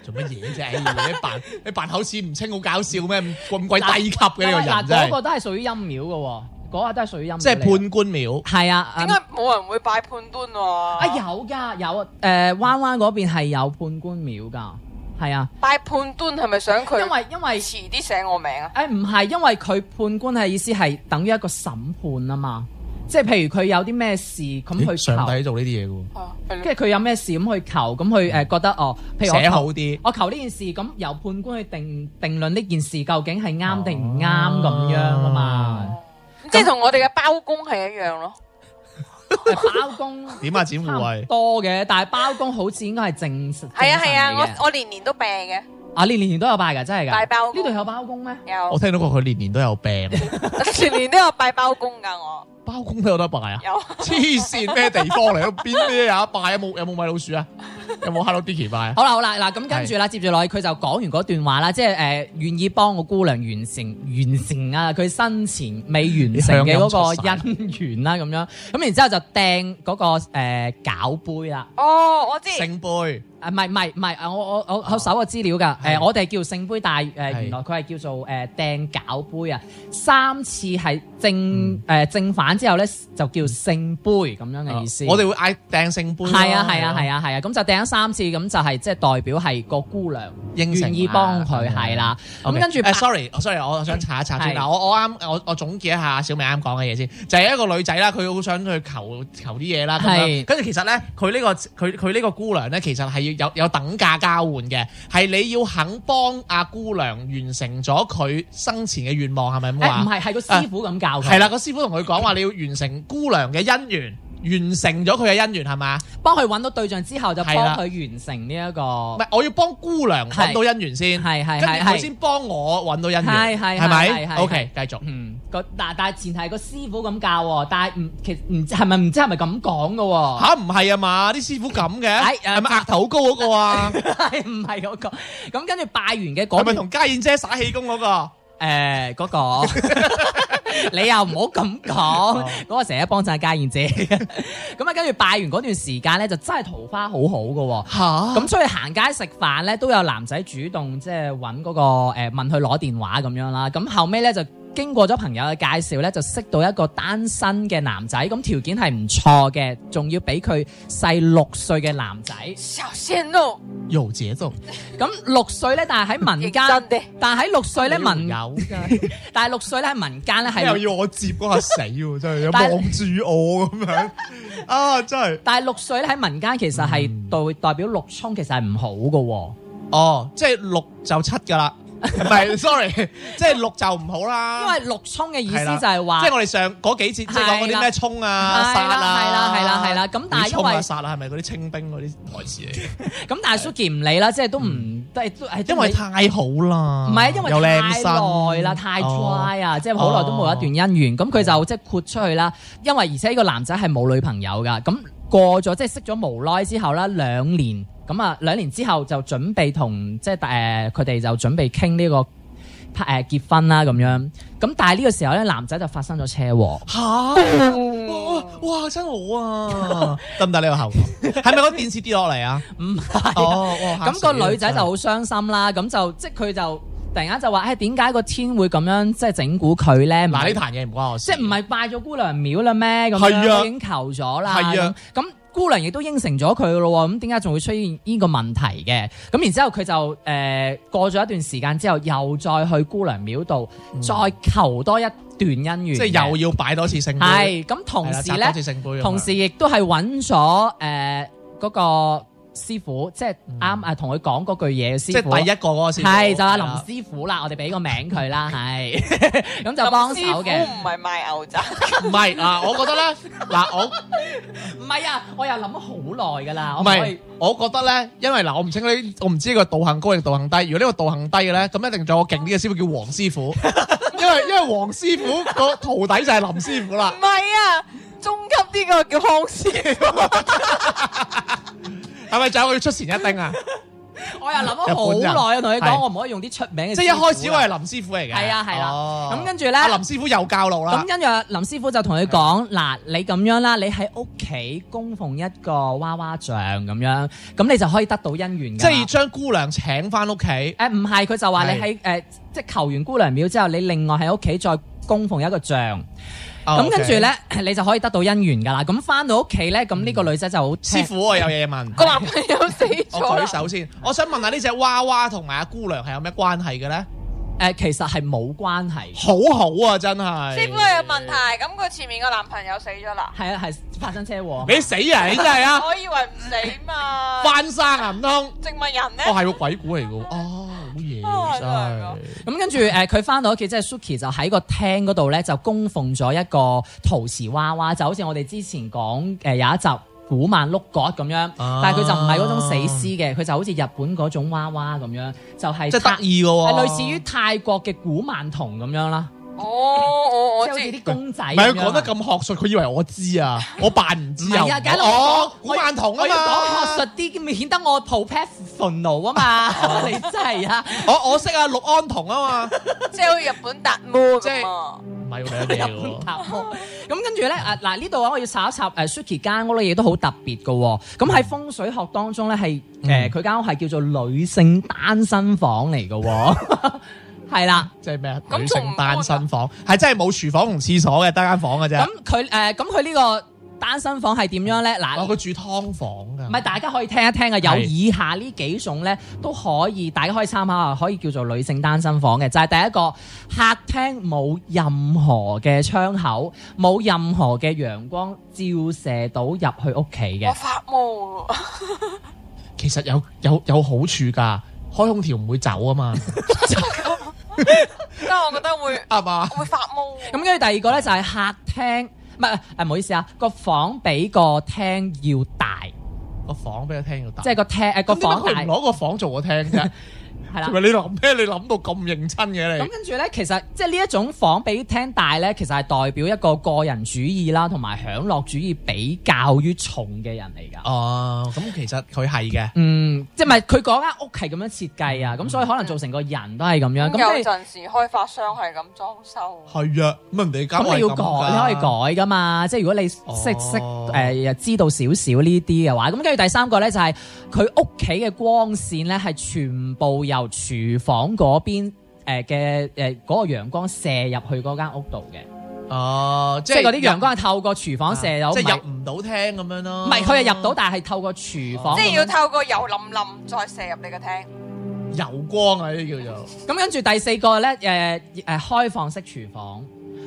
[SPEAKER 4] 做乜嘢啫？你扮你扮口齒唔清，好搞笑咩？咁鬼低級嘅呢個
[SPEAKER 2] 嗱
[SPEAKER 4] 人
[SPEAKER 2] 嗰
[SPEAKER 4] 真
[SPEAKER 2] 個
[SPEAKER 4] 係，
[SPEAKER 2] 都係屬於陰廟嘅喎，嗰個都係屬於陰廟嚟嘅，
[SPEAKER 4] 即係判官廟。
[SPEAKER 2] 係啊，
[SPEAKER 3] 點
[SPEAKER 2] 嗯
[SPEAKER 3] 解冇人會拜判官
[SPEAKER 2] 啊
[SPEAKER 3] 喎？
[SPEAKER 2] 有㗎有啊誒灣灣嗰邊係有判官廟㗎，係啊，
[SPEAKER 3] 拜判官係咪想佢
[SPEAKER 2] 因為因為
[SPEAKER 3] 遲啲寫我名啊？
[SPEAKER 2] 誒唔係，因為佢判官係意思係等於一個審判啊嘛，即係譬如佢有啲咩事咁
[SPEAKER 4] 咦
[SPEAKER 2] 去
[SPEAKER 4] 上帝
[SPEAKER 2] 求，
[SPEAKER 4] 都做呢啲嘢嘅
[SPEAKER 3] 啊係咯
[SPEAKER 2] 跟住佢有咩事咁去求，咁佢誒覺得哦，譬如我
[SPEAKER 4] 喎，寫
[SPEAKER 2] 求
[SPEAKER 4] 好啲。
[SPEAKER 2] 我求呢件事，咁由判官去定定論呢件事究竟係啱定唔啱咁樣啊嘛。
[SPEAKER 3] 即係同我哋嘅包公係一樣咯。
[SPEAKER 2] 包公
[SPEAKER 4] 點啊？展護
[SPEAKER 2] 差唔
[SPEAKER 4] 衛
[SPEAKER 2] 多嘅，但係包公好似應該係正式。
[SPEAKER 3] 係啊係啊，
[SPEAKER 2] 正神嚟嘅
[SPEAKER 3] 我我年年都病嘅，
[SPEAKER 2] 啊年年年都有拜㗎，真係㗎。
[SPEAKER 3] 拜包
[SPEAKER 2] 呢
[SPEAKER 3] 公
[SPEAKER 2] 度有包公咩？
[SPEAKER 4] 我
[SPEAKER 3] 有
[SPEAKER 4] 聽到過佢年年都有 病，
[SPEAKER 3] 年年都有拜包公㗎，我
[SPEAKER 4] 包公都有得拜啊！
[SPEAKER 3] 有
[SPEAKER 4] 黐線咩地方嚟？邊啲有得拜啊？有冇有冇米老鼠啊？有冇 Hello Kitty 拜啊？
[SPEAKER 2] 好啦好啦，嗱咁跟住啦，接住落去佢就講完嗰段話啦，即係誒願意幫我姑娘完成完成啊佢生前未完成嘅嗰個姻緣啦，咁樣咁然之後就掟嗰、個誒、呃、餃杯啦，
[SPEAKER 3] 哦，我知
[SPEAKER 4] 聖杯
[SPEAKER 2] 啊唔係唔係唔係啊我我我我搜個資料㗎，誒、
[SPEAKER 4] 係
[SPEAKER 2] 我哋叫聖杯，但係誒、呃
[SPEAKER 4] 係
[SPEAKER 2] 原來佢係叫做誒掟餃杯啊，三次係正誒、呃正反之後咧就叫聖杯咁樣嘅意思。
[SPEAKER 4] 哦我哋會嗌掟聖杯咯。
[SPEAKER 2] 係啊係啊係
[SPEAKER 4] 啊，
[SPEAKER 2] 啊係啊，咁就掟咗三次，咁就係即係代表係個姑娘
[SPEAKER 4] 應承
[SPEAKER 2] 願意幫佢
[SPEAKER 4] 啊
[SPEAKER 2] 係啦。咁
[SPEAKER 4] OK，
[SPEAKER 2] 跟住白
[SPEAKER 4] 誒，sorry，sorry，我想查一查先
[SPEAKER 2] 係
[SPEAKER 4] 嗱，我我啱我我總結一下小明啱講嘅嘢先，就係一個女仔啦，佢好想去求求啲嘢啦，咁樣
[SPEAKER 2] 係
[SPEAKER 4] 跟住其實咧，佢呢個佢佢呢個姑娘咧，其實係要有有等價交換嘅，係你要肯幫阿姑娘完成咗佢生前嘅願望，係咪
[SPEAKER 2] 誒
[SPEAKER 4] 咁
[SPEAKER 2] 唔
[SPEAKER 4] 話？
[SPEAKER 2] 係係個師傅咁教佢，
[SPEAKER 4] 係啦，個師傅同佢講話，你要完成姑娘嘅姻緣，完成咗佢嘅姻緣係嘛？
[SPEAKER 2] 幫佢揾到對象之後就幫
[SPEAKER 4] 係啦
[SPEAKER 2] 佢完成呢一個
[SPEAKER 4] 唔係，我要幫姑娘揾
[SPEAKER 2] 哦係
[SPEAKER 4] 到姻緣先。
[SPEAKER 2] 係係
[SPEAKER 4] 跟住
[SPEAKER 2] 係
[SPEAKER 4] 佢
[SPEAKER 2] 係
[SPEAKER 4] 先。幫我揾到姻緣，
[SPEAKER 2] 係係
[SPEAKER 4] 係
[SPEAKER 2] 係係
[SPEAKER 4] 咪
[SPEAKER 2] 係
[SPEAKER 4] ？OK，繼續。
[SPEAKER 2] 嗯，個但但係前提係個師傅咁教喎，但係唔其實唔係咪唔知係咪咁講嘅喎？
[SPEAKER 4] 吓唔係啊嘛，啲師傅咁嘅，
[SPEAKER 2] 哦哎
[SPEAKER 4] 係咪額頭好高嗰個 啊？
[SPEAKER 2] 係唔係嗰個？咁跟住拜完嘅嗰
[SPEAKER 4] 係咪
[SPEAKER 2] 段
[SPEAKER 4] 同家燕姐耍氣功嗰個？啊
[SPEAKER 2] 誒嗰個， 你又唔好咁講，
[SPEAKER 4] 哦
[SPEAKER 2] 嗰個成日幫襯家燕姐。咁啊，跟住拜完嗰段時間咧，就真係桃花好好嘅喎。
[SPEAKER 4] 吓
[SPEAKER 2] 咁所以行街食飯咧，都有男仔主動即係揾嗰個誒、呃、問佢攞電話咁樣啦。咁後尾咧就經過咗朋友嘅介紹咧，就識到一個單身嘅男仔，咁條件係唔錯嘅，仲要比佢細六歲嘅男仔。
[SPEAKER 3] 小鮮肉，
[SPEAKER 4] 有節奏，
[SPEAKER 2] 咁六歲咧，但係喺民
[SPEAKER 3] 認
[SPEAKER 2] 間，
[SPEAKER 3] 真啲，
[SPEAKER 2] 但係喺六歲咧民，
[SPEAKER 4] 有㗎，
[SPEAKER 2] 但係六歲咧喺民間咧係
[SPEAKER 4] 又要我接嗰下死喎，真係有望
[SPEAKER 2] 但
[SPEAKER 4] 住我咁 樣啊！真係
[SPEAKER 2] 但係六歲咧喺民間其實
[SPEAKER 4] 嗯
[SPEAKER 2] 係代代表六沖，其實係唔好嘅喎。
[SPEAKER 4] 哦，即係六就七㗎啦，唔係 ，sorry，即係六就唔好啦，
[SPEAKER 2] 因為六沖嘅意思
[SPEAKER 4] 係啦
[SPEAKER 2] 就係話，
[SPEAKER 4] 即係我哋上嗰幾節即係講嗰
[SPEAKER 2] 係
[SPEAKER 4] 啲
[SPEAKER 2] 啦
[SPEAKER 4] 咩衝啊、
[SPEAKER 2] 係
[SPEAKER 4] 殺
[SPEAKER 2] 啦
[SPEAKER 4] 啊，
[SPEAKER 2] 係啦係啦係啦咁但係因為
[SPEAKER 4] 衝啊殺啊係咪嗰啲清兵嗰啲台詞嚟？
[SPEAKER 2] 咁但係 Suki 唔理啦，即係都唔都係都係都
[SPEAKER 4] 嗯因為太好啦，
[SPEAKER 2] 唔係因為
[SPEAKER 4] 啊又靚
[SPEAKER 2] 太
[SPEAKER 4] 身
[SPEAKER 2] 耐啦，太
[SPEAKER 4] 哦
[SPEAKER 2] dry 啊，即係好耐都冇一段姻緣，咁佢就即係豁出去啦。因為而且呢個男仔係冇女朋友噶，咁過咗即係識咗無耐之後啦，兩年咁啊，兩年之後就準備同即係誒佢哋就準備傾呢個拍誒結婚啦咁樣。咁但係呢個時候咧，男仔就發生咗車禍。
[SPEAKER 4] 吓！哇哇真好啊！得唔得呢 個效果？係咪個電視跌落嚟啊？
[SPEAKER 2] 唔係
[SPEAKER 4] 哦，哇
[SPEAKER 2] 咁個女仔
[SPEAKER 4] 啊
[SPEAKER 2] 就好傷心啦，咁就即係佢就突然間就話：，誒哎點解個天會咁樣即係整蠱佢咧？唔係
[SPEAKER 4] 嗱呢壇嘢唔關我
[SPEAKER 2] 即
[SPEAKER 4] 事，
[SPEAKER 2] 係唔係拜咗姑娘廟啦咩？咁
[SPEAKER 4] 係
[SPEAKER 2] 樣
[SPEAKER 4] 啊
[SPEAKER 2] 我已經求咗啦。
[SPEAKER 4] 係啊
[SPEAKER 2] 咁，咁姑娘亦都應承咗佢噶咯喎。咁點解仲會出現呢個問題嘅？咁然之後佢就誒、呃、過咗一段時間之後，又再去姑娘廟度、再求多一段姻緣嘅。
[SPEAKER 4] 即係又要擺多次聖
[SPEAKER 2] 係
[SPEAKER 4] 杯，
[SPEAKER 2] 咁，
[SPEAKER 4] 係
[SPEAKER 2] 同
[SPEAKER 4] 啦
[SPEAKER 2] 時
[SPEAKER 4] 摘
[SPEAKER 2] 咧
[SPEAKER 4] 多，次聖杯，
[SPEAKER 2] 同時亦都係揾咗誒嗰個師傅，即係啱啊同佢講嗰句嘢嘅
[SPEAKER 4] 即
[SPEAKER 2] 師傅。
[SPEAKER 4] 係第一個嗰個先
[SPEAKER 2] 係就阿林師傅啦，我哋俾個名佢啦，係咁就幫手
[SPEAKER 3] 林師
[SPEAKER 2] 嘅。
[SPEAKER 3] 傅唔係賣牛雜，
[SPEAKER 4] 唔係嗱，我覺得咧嗱我。
[SPEAKER 2] 唔係啊，我又諗咗好耐噶啦，我
[SPEAKER 4] 唔
[SPEAKER 2] 唔可以
[SPEAKER 4] 係，我覺得咧，因為嗱，我唔清呢，我唔知呢個道行高定道行低。如果呢個道行低嘅咧，咁一定仲有個勁啲嘅師傅叫黃 師傅，因為因為黃師傅個徒弟就係林師傅啦
[SPEAKER 3] 唔。係啊，中級啲嗰個叫康 師傅，
[SPEAKER 4] 係咪仲有佢出前一丁啊？
[SPEAKER 2] 我又諗咗好耐啊，同你
[SPEAKER 4] 係
[SPEAKER 2] 講，我唔可以用啲出名嘅師傅啊，
[SPEAKER 4] 即係一開始我係林師傅嚟嘅。
[SPEAKER 2] 係啊係啦
[SPEAKER 4] 哦
[SPEAKER 2] 咁跟住
[SPEAKER 4] 阿
[SPEAKER 2] 咧。
[SPEAKER 4] 林啊師傅又教路啦
[SPEAKER 2] 咁。跟住林師傅就同佢講：嗱，你咁樣啦，你喺屋企供奉一個娃娃像咁樣，咁你就可以得到姻緣㗎啦。
[SPEAKER 4] 即係將姑娘請翻屋企，
[SPEAKER 2] 誒唔係，佢就話你
[SPEAKER 4] 係
[SPEAKER 2] 喺誒即係求完姑娘廟之後，你另外喺屋企再供奉一個像，
[SPEAKER 4] 哦
[SPEAKER 2] 咁跟住，
[SPEAKER 4] OK
[SPEAKER 2] 咧 你就可以得到姻緣㗎啦。咁翻到屋企咧，咁呢個女仔就好聽
[SPEAKER 4] 嗯師傅我有 嘢問，
[SPEAKER 3] 個男朋友死
[SPEAKER 4] 我
[SPEAKER 3] 咗
[SPEAKER 4] 舉
[SPEAKER 3] 啦，
[SPEAKER 4] 手先，我想問下呢只娃娃同埋阿姑娘係有咩關係嘅咧？
[SPEAKER 2] 誒其實係冇關係嘅。
[SPEAKER 4] 好好啊，真係。
[SPEAKER 3] 師傅有問題，咁佢前面個男朋友死咗啦，
[SPEAKER 2] 係啊，係發生車禍。
[SPEAKER 4] 你死啊！你真 係啊，
[SPEAKER 3] 我以為唔死嘛，
[SPEAKER 4] 翻生啊唔通？
[SPEAKER 3] 植物人咧
[SPEAKER 4] 哦，係個鬼故嚟嘅喎。哦嘢
[SPEAKER 3] 啊
[SPEAKER 4] 真
[SPEAKER 3] 真係㗎
[SPEAKER 4] 係。
[SPEAKER 2] 咁跟住誒，佢翻到屋企，即係 Suki 就喺個廳嗰度咧，就供奉咗一個陶瓷娃娃，就好似我哋之前講誒有一集古曼碌角咁樣，
[SPEAKER 4] 啊
[SPEAKER 2] 但係佢就唔係嗰種死屍嘅，佢就好似日本嗰種娃娃咁樣，就係
[SPEAKER 4] 即係得意嘅
[SPEAKER 2] 泰
[SPEAKER 4] 喎，
[SPEAKER 2] 係類似於泰國嘅古曼童咁樣啦，
[SPEAKER 3] 哦，我我
[SPEAKER 2] 即係好似
[SPEAKER 3] 知，
[SPEAKER 2] 啲公仔
[SPEAKER 4] 唔
[SPEAKER 2] 咁
[SPEAKER 4] 係
[SPEAKER 2] 樣。啊
[SPEAKER 4] 佢講得咁學術，佢以為我 知啊，我扮唔知
[SPEAKER 2] 唔
[SPEAKER 4] 又
[SPEAKER 2] 係啊，梗係我
[SPEAKER 4] 哦，古曼童啊
[SPEAKER 2] 我要講學
[SPEAKER 4] 嘛，
[SPEAKER 2] 術啲，咪顯得我 professional 啊
[SPEAKER 4] 哦
[SPEAKER 2] 嘛， 你真係啊！
[SPEAKER 4] 我我識啊陸安童啊嘛，
[SPEAKER 3] 即係好似日本達摩
[SPEAKER 4] 即係
[SPEAKER 3] 咁啊！
[SPEAKER 4] 唔係喎，你
[SPEAKER 2] 日本 塔喎。咁跟住咧，啊嗱呢度啊，我要插一插誒 Suki 間屋咧，亦都好特別嘅喎。咁喺風水學當中咧，係誒
[SPEAKER 4] 嗯
[SPEAKER 2] 佢間屋係叫做女性單身房嚟嘅 喎，係啦。
[SPEAKER 4] 即係咩啊？
[SPEAKER 3] 咁
[SPEAKER 4] 女
[SPEAKER 3] 仲唔
[SPEAKER 4] 性
[SPEAKER 3] 搬啊
[SPEAKER 4] 單身房係真係冇廚房同廁所嘅，得間房嘅啫
[SPEAKER 2] 咁。佢誒咁佢呢個單身房係點樣咧？
[SPEAKER 4] 哦，
[SPEAKER 2] 嗱。
[SPEAKER 4] 佢住劏房㗎。
[SPEAKER 2] 唔係，大家可以聽一聽啊！有
[SPEAKER 4] 係
[SPEAKER 2] 以下呢幾種咧，都可以，大家可以參考下，可以叫做女性單身房嘅。就係、第一個，客廳冇任何嘅窗口，冇任何嘅陽光照射到入去屋企嘅
[SPEAKER 3] 我。發毛喎，
[SPEAKER 4] 其實有有有好處㗎，開空調唔會走 啊嘛，
[SPEAKER 3] 但係我覺得會
[SPEAKER 4] 啱嘛？
[SPEAKER 3] 會發毛喎。
[SPEAKER 2] 咁跟住第二個咧就係客廳，唔係誒唔好意思啊，個房比個廳要大，
[SPEAKER 4] 個房俾佢聽要大，
[SPEAKER 2] 即係個廳誒個房
[SPEAKER 4] 哦咁點
[SPEAKER 2] 大
[SPEAKER 4] 解佢唔攞個房做個廳啫，
[SPEAKER 2] 係啦嗯
[SPEAKER 4] 係。咪你諗咩？你諗到咁認真嘅
[SPEAKER 2] 咁
[SPEAKER 4] 你？
[SPEAKER 2] 跟住咧，其實即係呢一種房比廳大咧，其實係代表一個個人主義啦，同埋享樂主義比較於重嘅人嚟㗎。
[SPEAKER 4] 哦，咁其實佢係嘅。
[SPEAKER 2] 嗯，即係咪佢嗰間屋係咁樣設計啊？咁所以
[SPEAKER 4] 嗯
[SPEAKER 2] 可能造成個人都係咁樣。咁
[SPEAKER 3] 有
[SPEAKER 2] 跟住
[SPEAKER 3] 陣時開發商係咁裝修，
[SPEAKER 4] 係啊，咁人哋間
[SPEAKER 2] 咁你要
[SPEAKER 4] 係咁
[SPEAKER 2] 改，你可以
[SPEAKER 4] 㗎。
[SPEAKER 2] 改噶嘛？即係如果你識
[SPEAKER 4] 哦
[SPEAKER 2] 識誒又知道少少呢啲嘅話，咁跟住第三個咧就係佢屋企嘅光線咧係全部由廚房嗰邊誒嘅誒嗰個陽光射入去嗰間屋度嘅，
[SPEAKER 4] 哦，
[SPEAKER 2] 即係嗰啲陽光係透過廚房射到，
[SPEAKER 4] 啊即
[SPEAKER 2] 唔係
[SPEAKER 4] 係入唔到廳咁樣咯。
[SPEAKER 2] 唔係佢係入到，但係透過廚房
[SPEAKER 3] 即
[SPEAKER 4] 哦
[SPEAKER 2] 咁樣。
[SPEAKER 3] 係要透過油淋淋再射入你個廳。
[SPEAKER 4] 油光啊！呢啲叫做
[SPEAKER 2] 咁跟住第四個咧，誒、呃、誒、開放式廚房，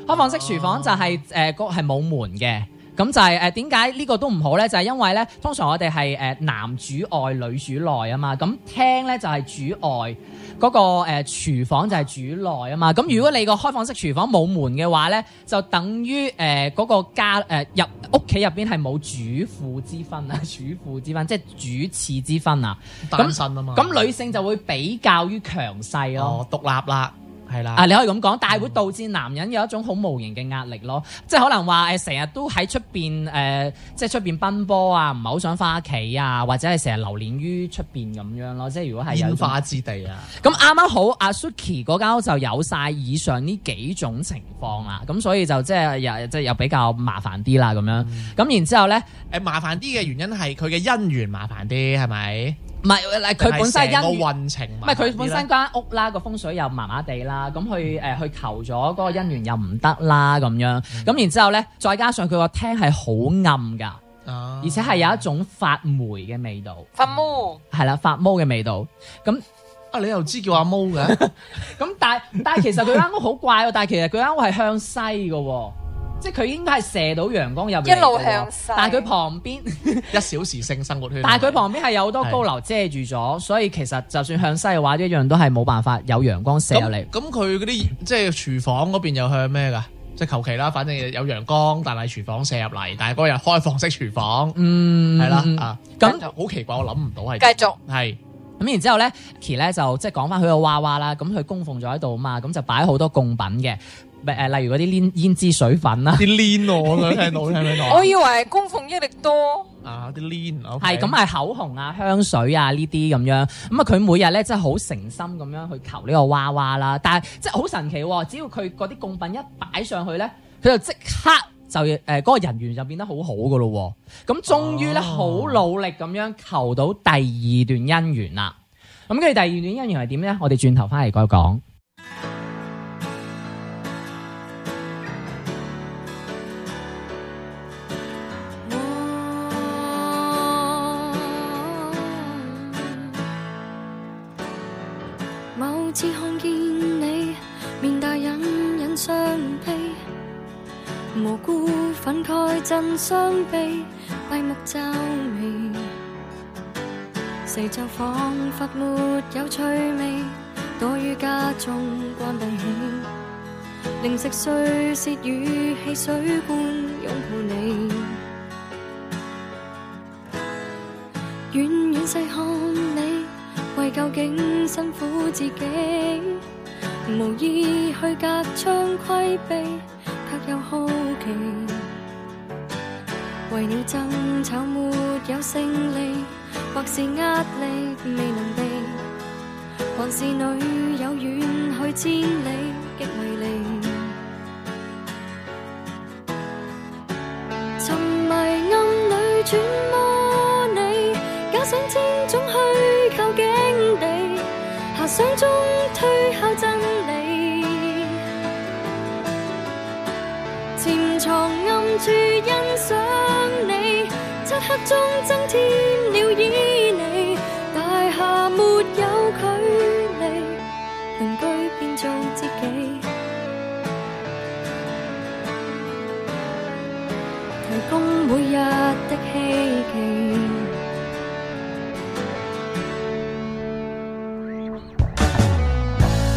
[SPEAKER 2] 開放式廚房就係誒個係冇門嘅。咁就係呃誒點解呢個都唔好咧？就係、因為咧，通常我哋係誒男主外女主內啊嘛。咁廳咧就係主外，嗰、個誒、呃、廚房就係主內啊嘛。咁如果你個開放式廚房冇門嘅話咧，就等於誒嗰個家誒、呃入屋企入邊係冇主婦之分啊， 主婦之分，即係主次之分啊。
[SPEAKER 4] 單身啊嘛。
[SPEAKER 2] 咁女性就會比較於強勢咯。
[SPEAKER 4] 哦，獨立啦，係啦。
[SPEAKER 2] 啊，你可以咁講，但係會導致男人有一種好無形嘅壓力咯，即係可能話誒，成日都喺出邊誒，即係出邊奔波啊，唔係好想翻屋企啊，或者係成日流連於出邊咁樣咯。即係如果係有一
[SPEAKER 4] 煙
[SPEAKER 2] 種
[SPEAKER 4] 花之地啊！
[SPEAKER 2] 咁啱啱好，阿 Suki 嗰間屋就有晒以上呢幾種情況啦，咁所以就即係又即係又比較麻煩啲啦咁樣。
[SPEAKER 4] 嗯
[SPEAKER 2] 咁然之後咧，
[SPEAKER 4] 誒麻煩啲嘅原因係佢嘅姻緣麻煩啲，係咪？
[SPEAKER 2] 唔係佢本身係
[SPEAKER 4] 定係成
[SPEAKER 2] 因
[SPEAKER 4] 個運程
[SPEAKER 2] 唔
[SPEAKER 4] 麻
[SPEAKER 2] 係
[SPEAKER 4] 煩啲咧，
[SPEAKER 2] 佢本身間屋啦，個風水又麻麻地啦，咁佢
[SPEAKER 4] 嗯
[SPEAKER 2] 誒去求咗嗰個姻緣又唔得啦咁樣，咁然之後咧，再加上佢個廳係好暗㗎，
[SPEAKER 4] 啊，
[SPEAKER 2] 而且係有一種發霉嘅味道，
[SPEAKER 3] 發毛，
[SPEAKER 2] 係啦，發毛嘅味道。咁
[SPEAKER 4] 啊，你又知叫阿毛嘅，
[SPEAKER 2] 咁但係但係其實佢間屋好怪喎，但係其實佢間屋係向西嘅喎。即係佢應該係射到陽光入嚟嘅喎
[SPEAKER 3] 一路向西
[SPEAKER 2] 但係佢旁邊，
[SPEAKER 4] 一小時性生活圈。
[SPEAKER 2] 但係佢旁邊係有好多
[SPEAKER 4] 係
[SPEAKER 2] 高樓遮住咗，所以其實就算向西嘅話，一樣都係冇辦法有陽光射入嚟
[SPEAKER 4] 咁。咁佢嗰啲即係廚房嗰邊又向咩㗎？即係求其啦，反正有陽光，但係廚房射入嚟，但係嗰日開放式廚房，
[SPEAKER 2] 嗯，
[SPEAKER 4] 係啦
[SPEAKER 2] 嗯
[SPEAKER 4] 啊，
[SPEAKER 2] 咁
[SPEAKER 4] 就好奇怪，我諗唔到係
[SPEAKER 3] 繼續
[SPEAKER 4] 係
[SPEAKER 2] 咁然之後咧，Key 咧就即係講翻佢個娃娃啦，咁佢供奉咗喺度嘛，咁就擺好多供品嘅，咪誒例如嗰啲胭胭脂水粉啊啦，
[SPEAKER 4] 啲 lean 我想 聽到，聽唔聽到
[SPEAKER 3] 我以為係供奉益力多，
[SPEAKER 4] 啊？啲 lean
[SPEAKER 2] 係咁係口紅啊、香水啊呢啲咁樣，咁啊佢每日咧真係好誠心咁樣去求呢個娃娃啦，但係即係好神奇喎，只要佢嗰啲供品一擺上去咧，佢就即刻。就誒嗰、個人緣就變得好好噶咯喎，咁終於咧好
[SPEAKER 4] 哦
[SPEAKER 2] 努力咁樣求到第二段姻緣啦。咁跟住第二段姻緣係點咧？我哋轉頭翻嚟再講。
[SPEAKER 5] 某次看見你，面帶隱隱傷悲，無辜憤慨震傷悲，閉目皺眉，四周彷彿沒有趣味，我於家中關閉起，零食碎屑與汽水罐擁抱你。遠遠細看你，為究竟辛苦自己，無意去隔窗規避，卻又好奇。為了爭吵沒有勝利，或是壓力未能避，還是女友遠去千里，極為利。沉迷暗裏揣摩你，假想千種虛構境地，遐想中推敲真理。潛藏暗處欣賞你，漆黑中增添了旖旎。大廈沒有距離，鄰居變做知己。提供每日的希冀。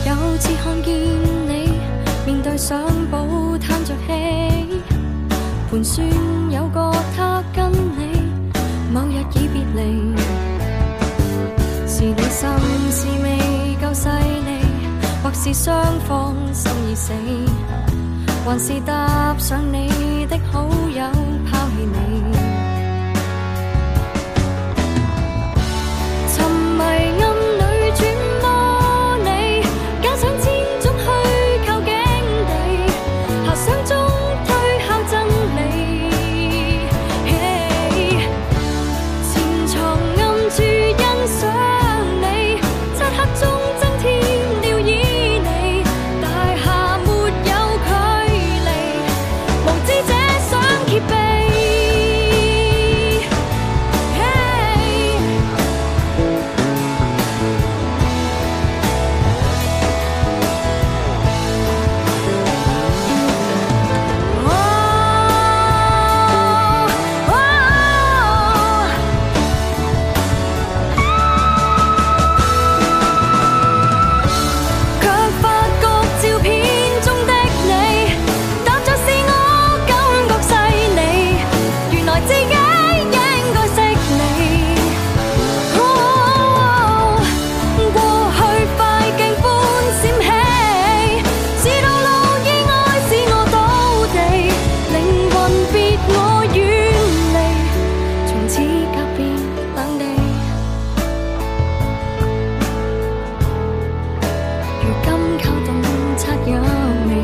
[SPEAKER 5] 有次看見你，面對相簿攤着氣，盤算有個他跟你，某日已別離。是你心事未夠細膩，或是雙方心已死，還是搭上你的好友拋棄你？沉迷暗裏揣摩你，假想千種虛構境地，遐想中推敲真理。潛藏暗處欣賞你，漆黑中增添了旖旎。大廈沒有距離，無知者想揭秘。Oh, oh, oh. 卻發覺照片中的你，踏着是我感覺細膩，原來自己應該識你。過去快鏡般閃起，是道路意外使我倒地，靈魂別我遠離，從此隔別兩地。如今靠洞察也未，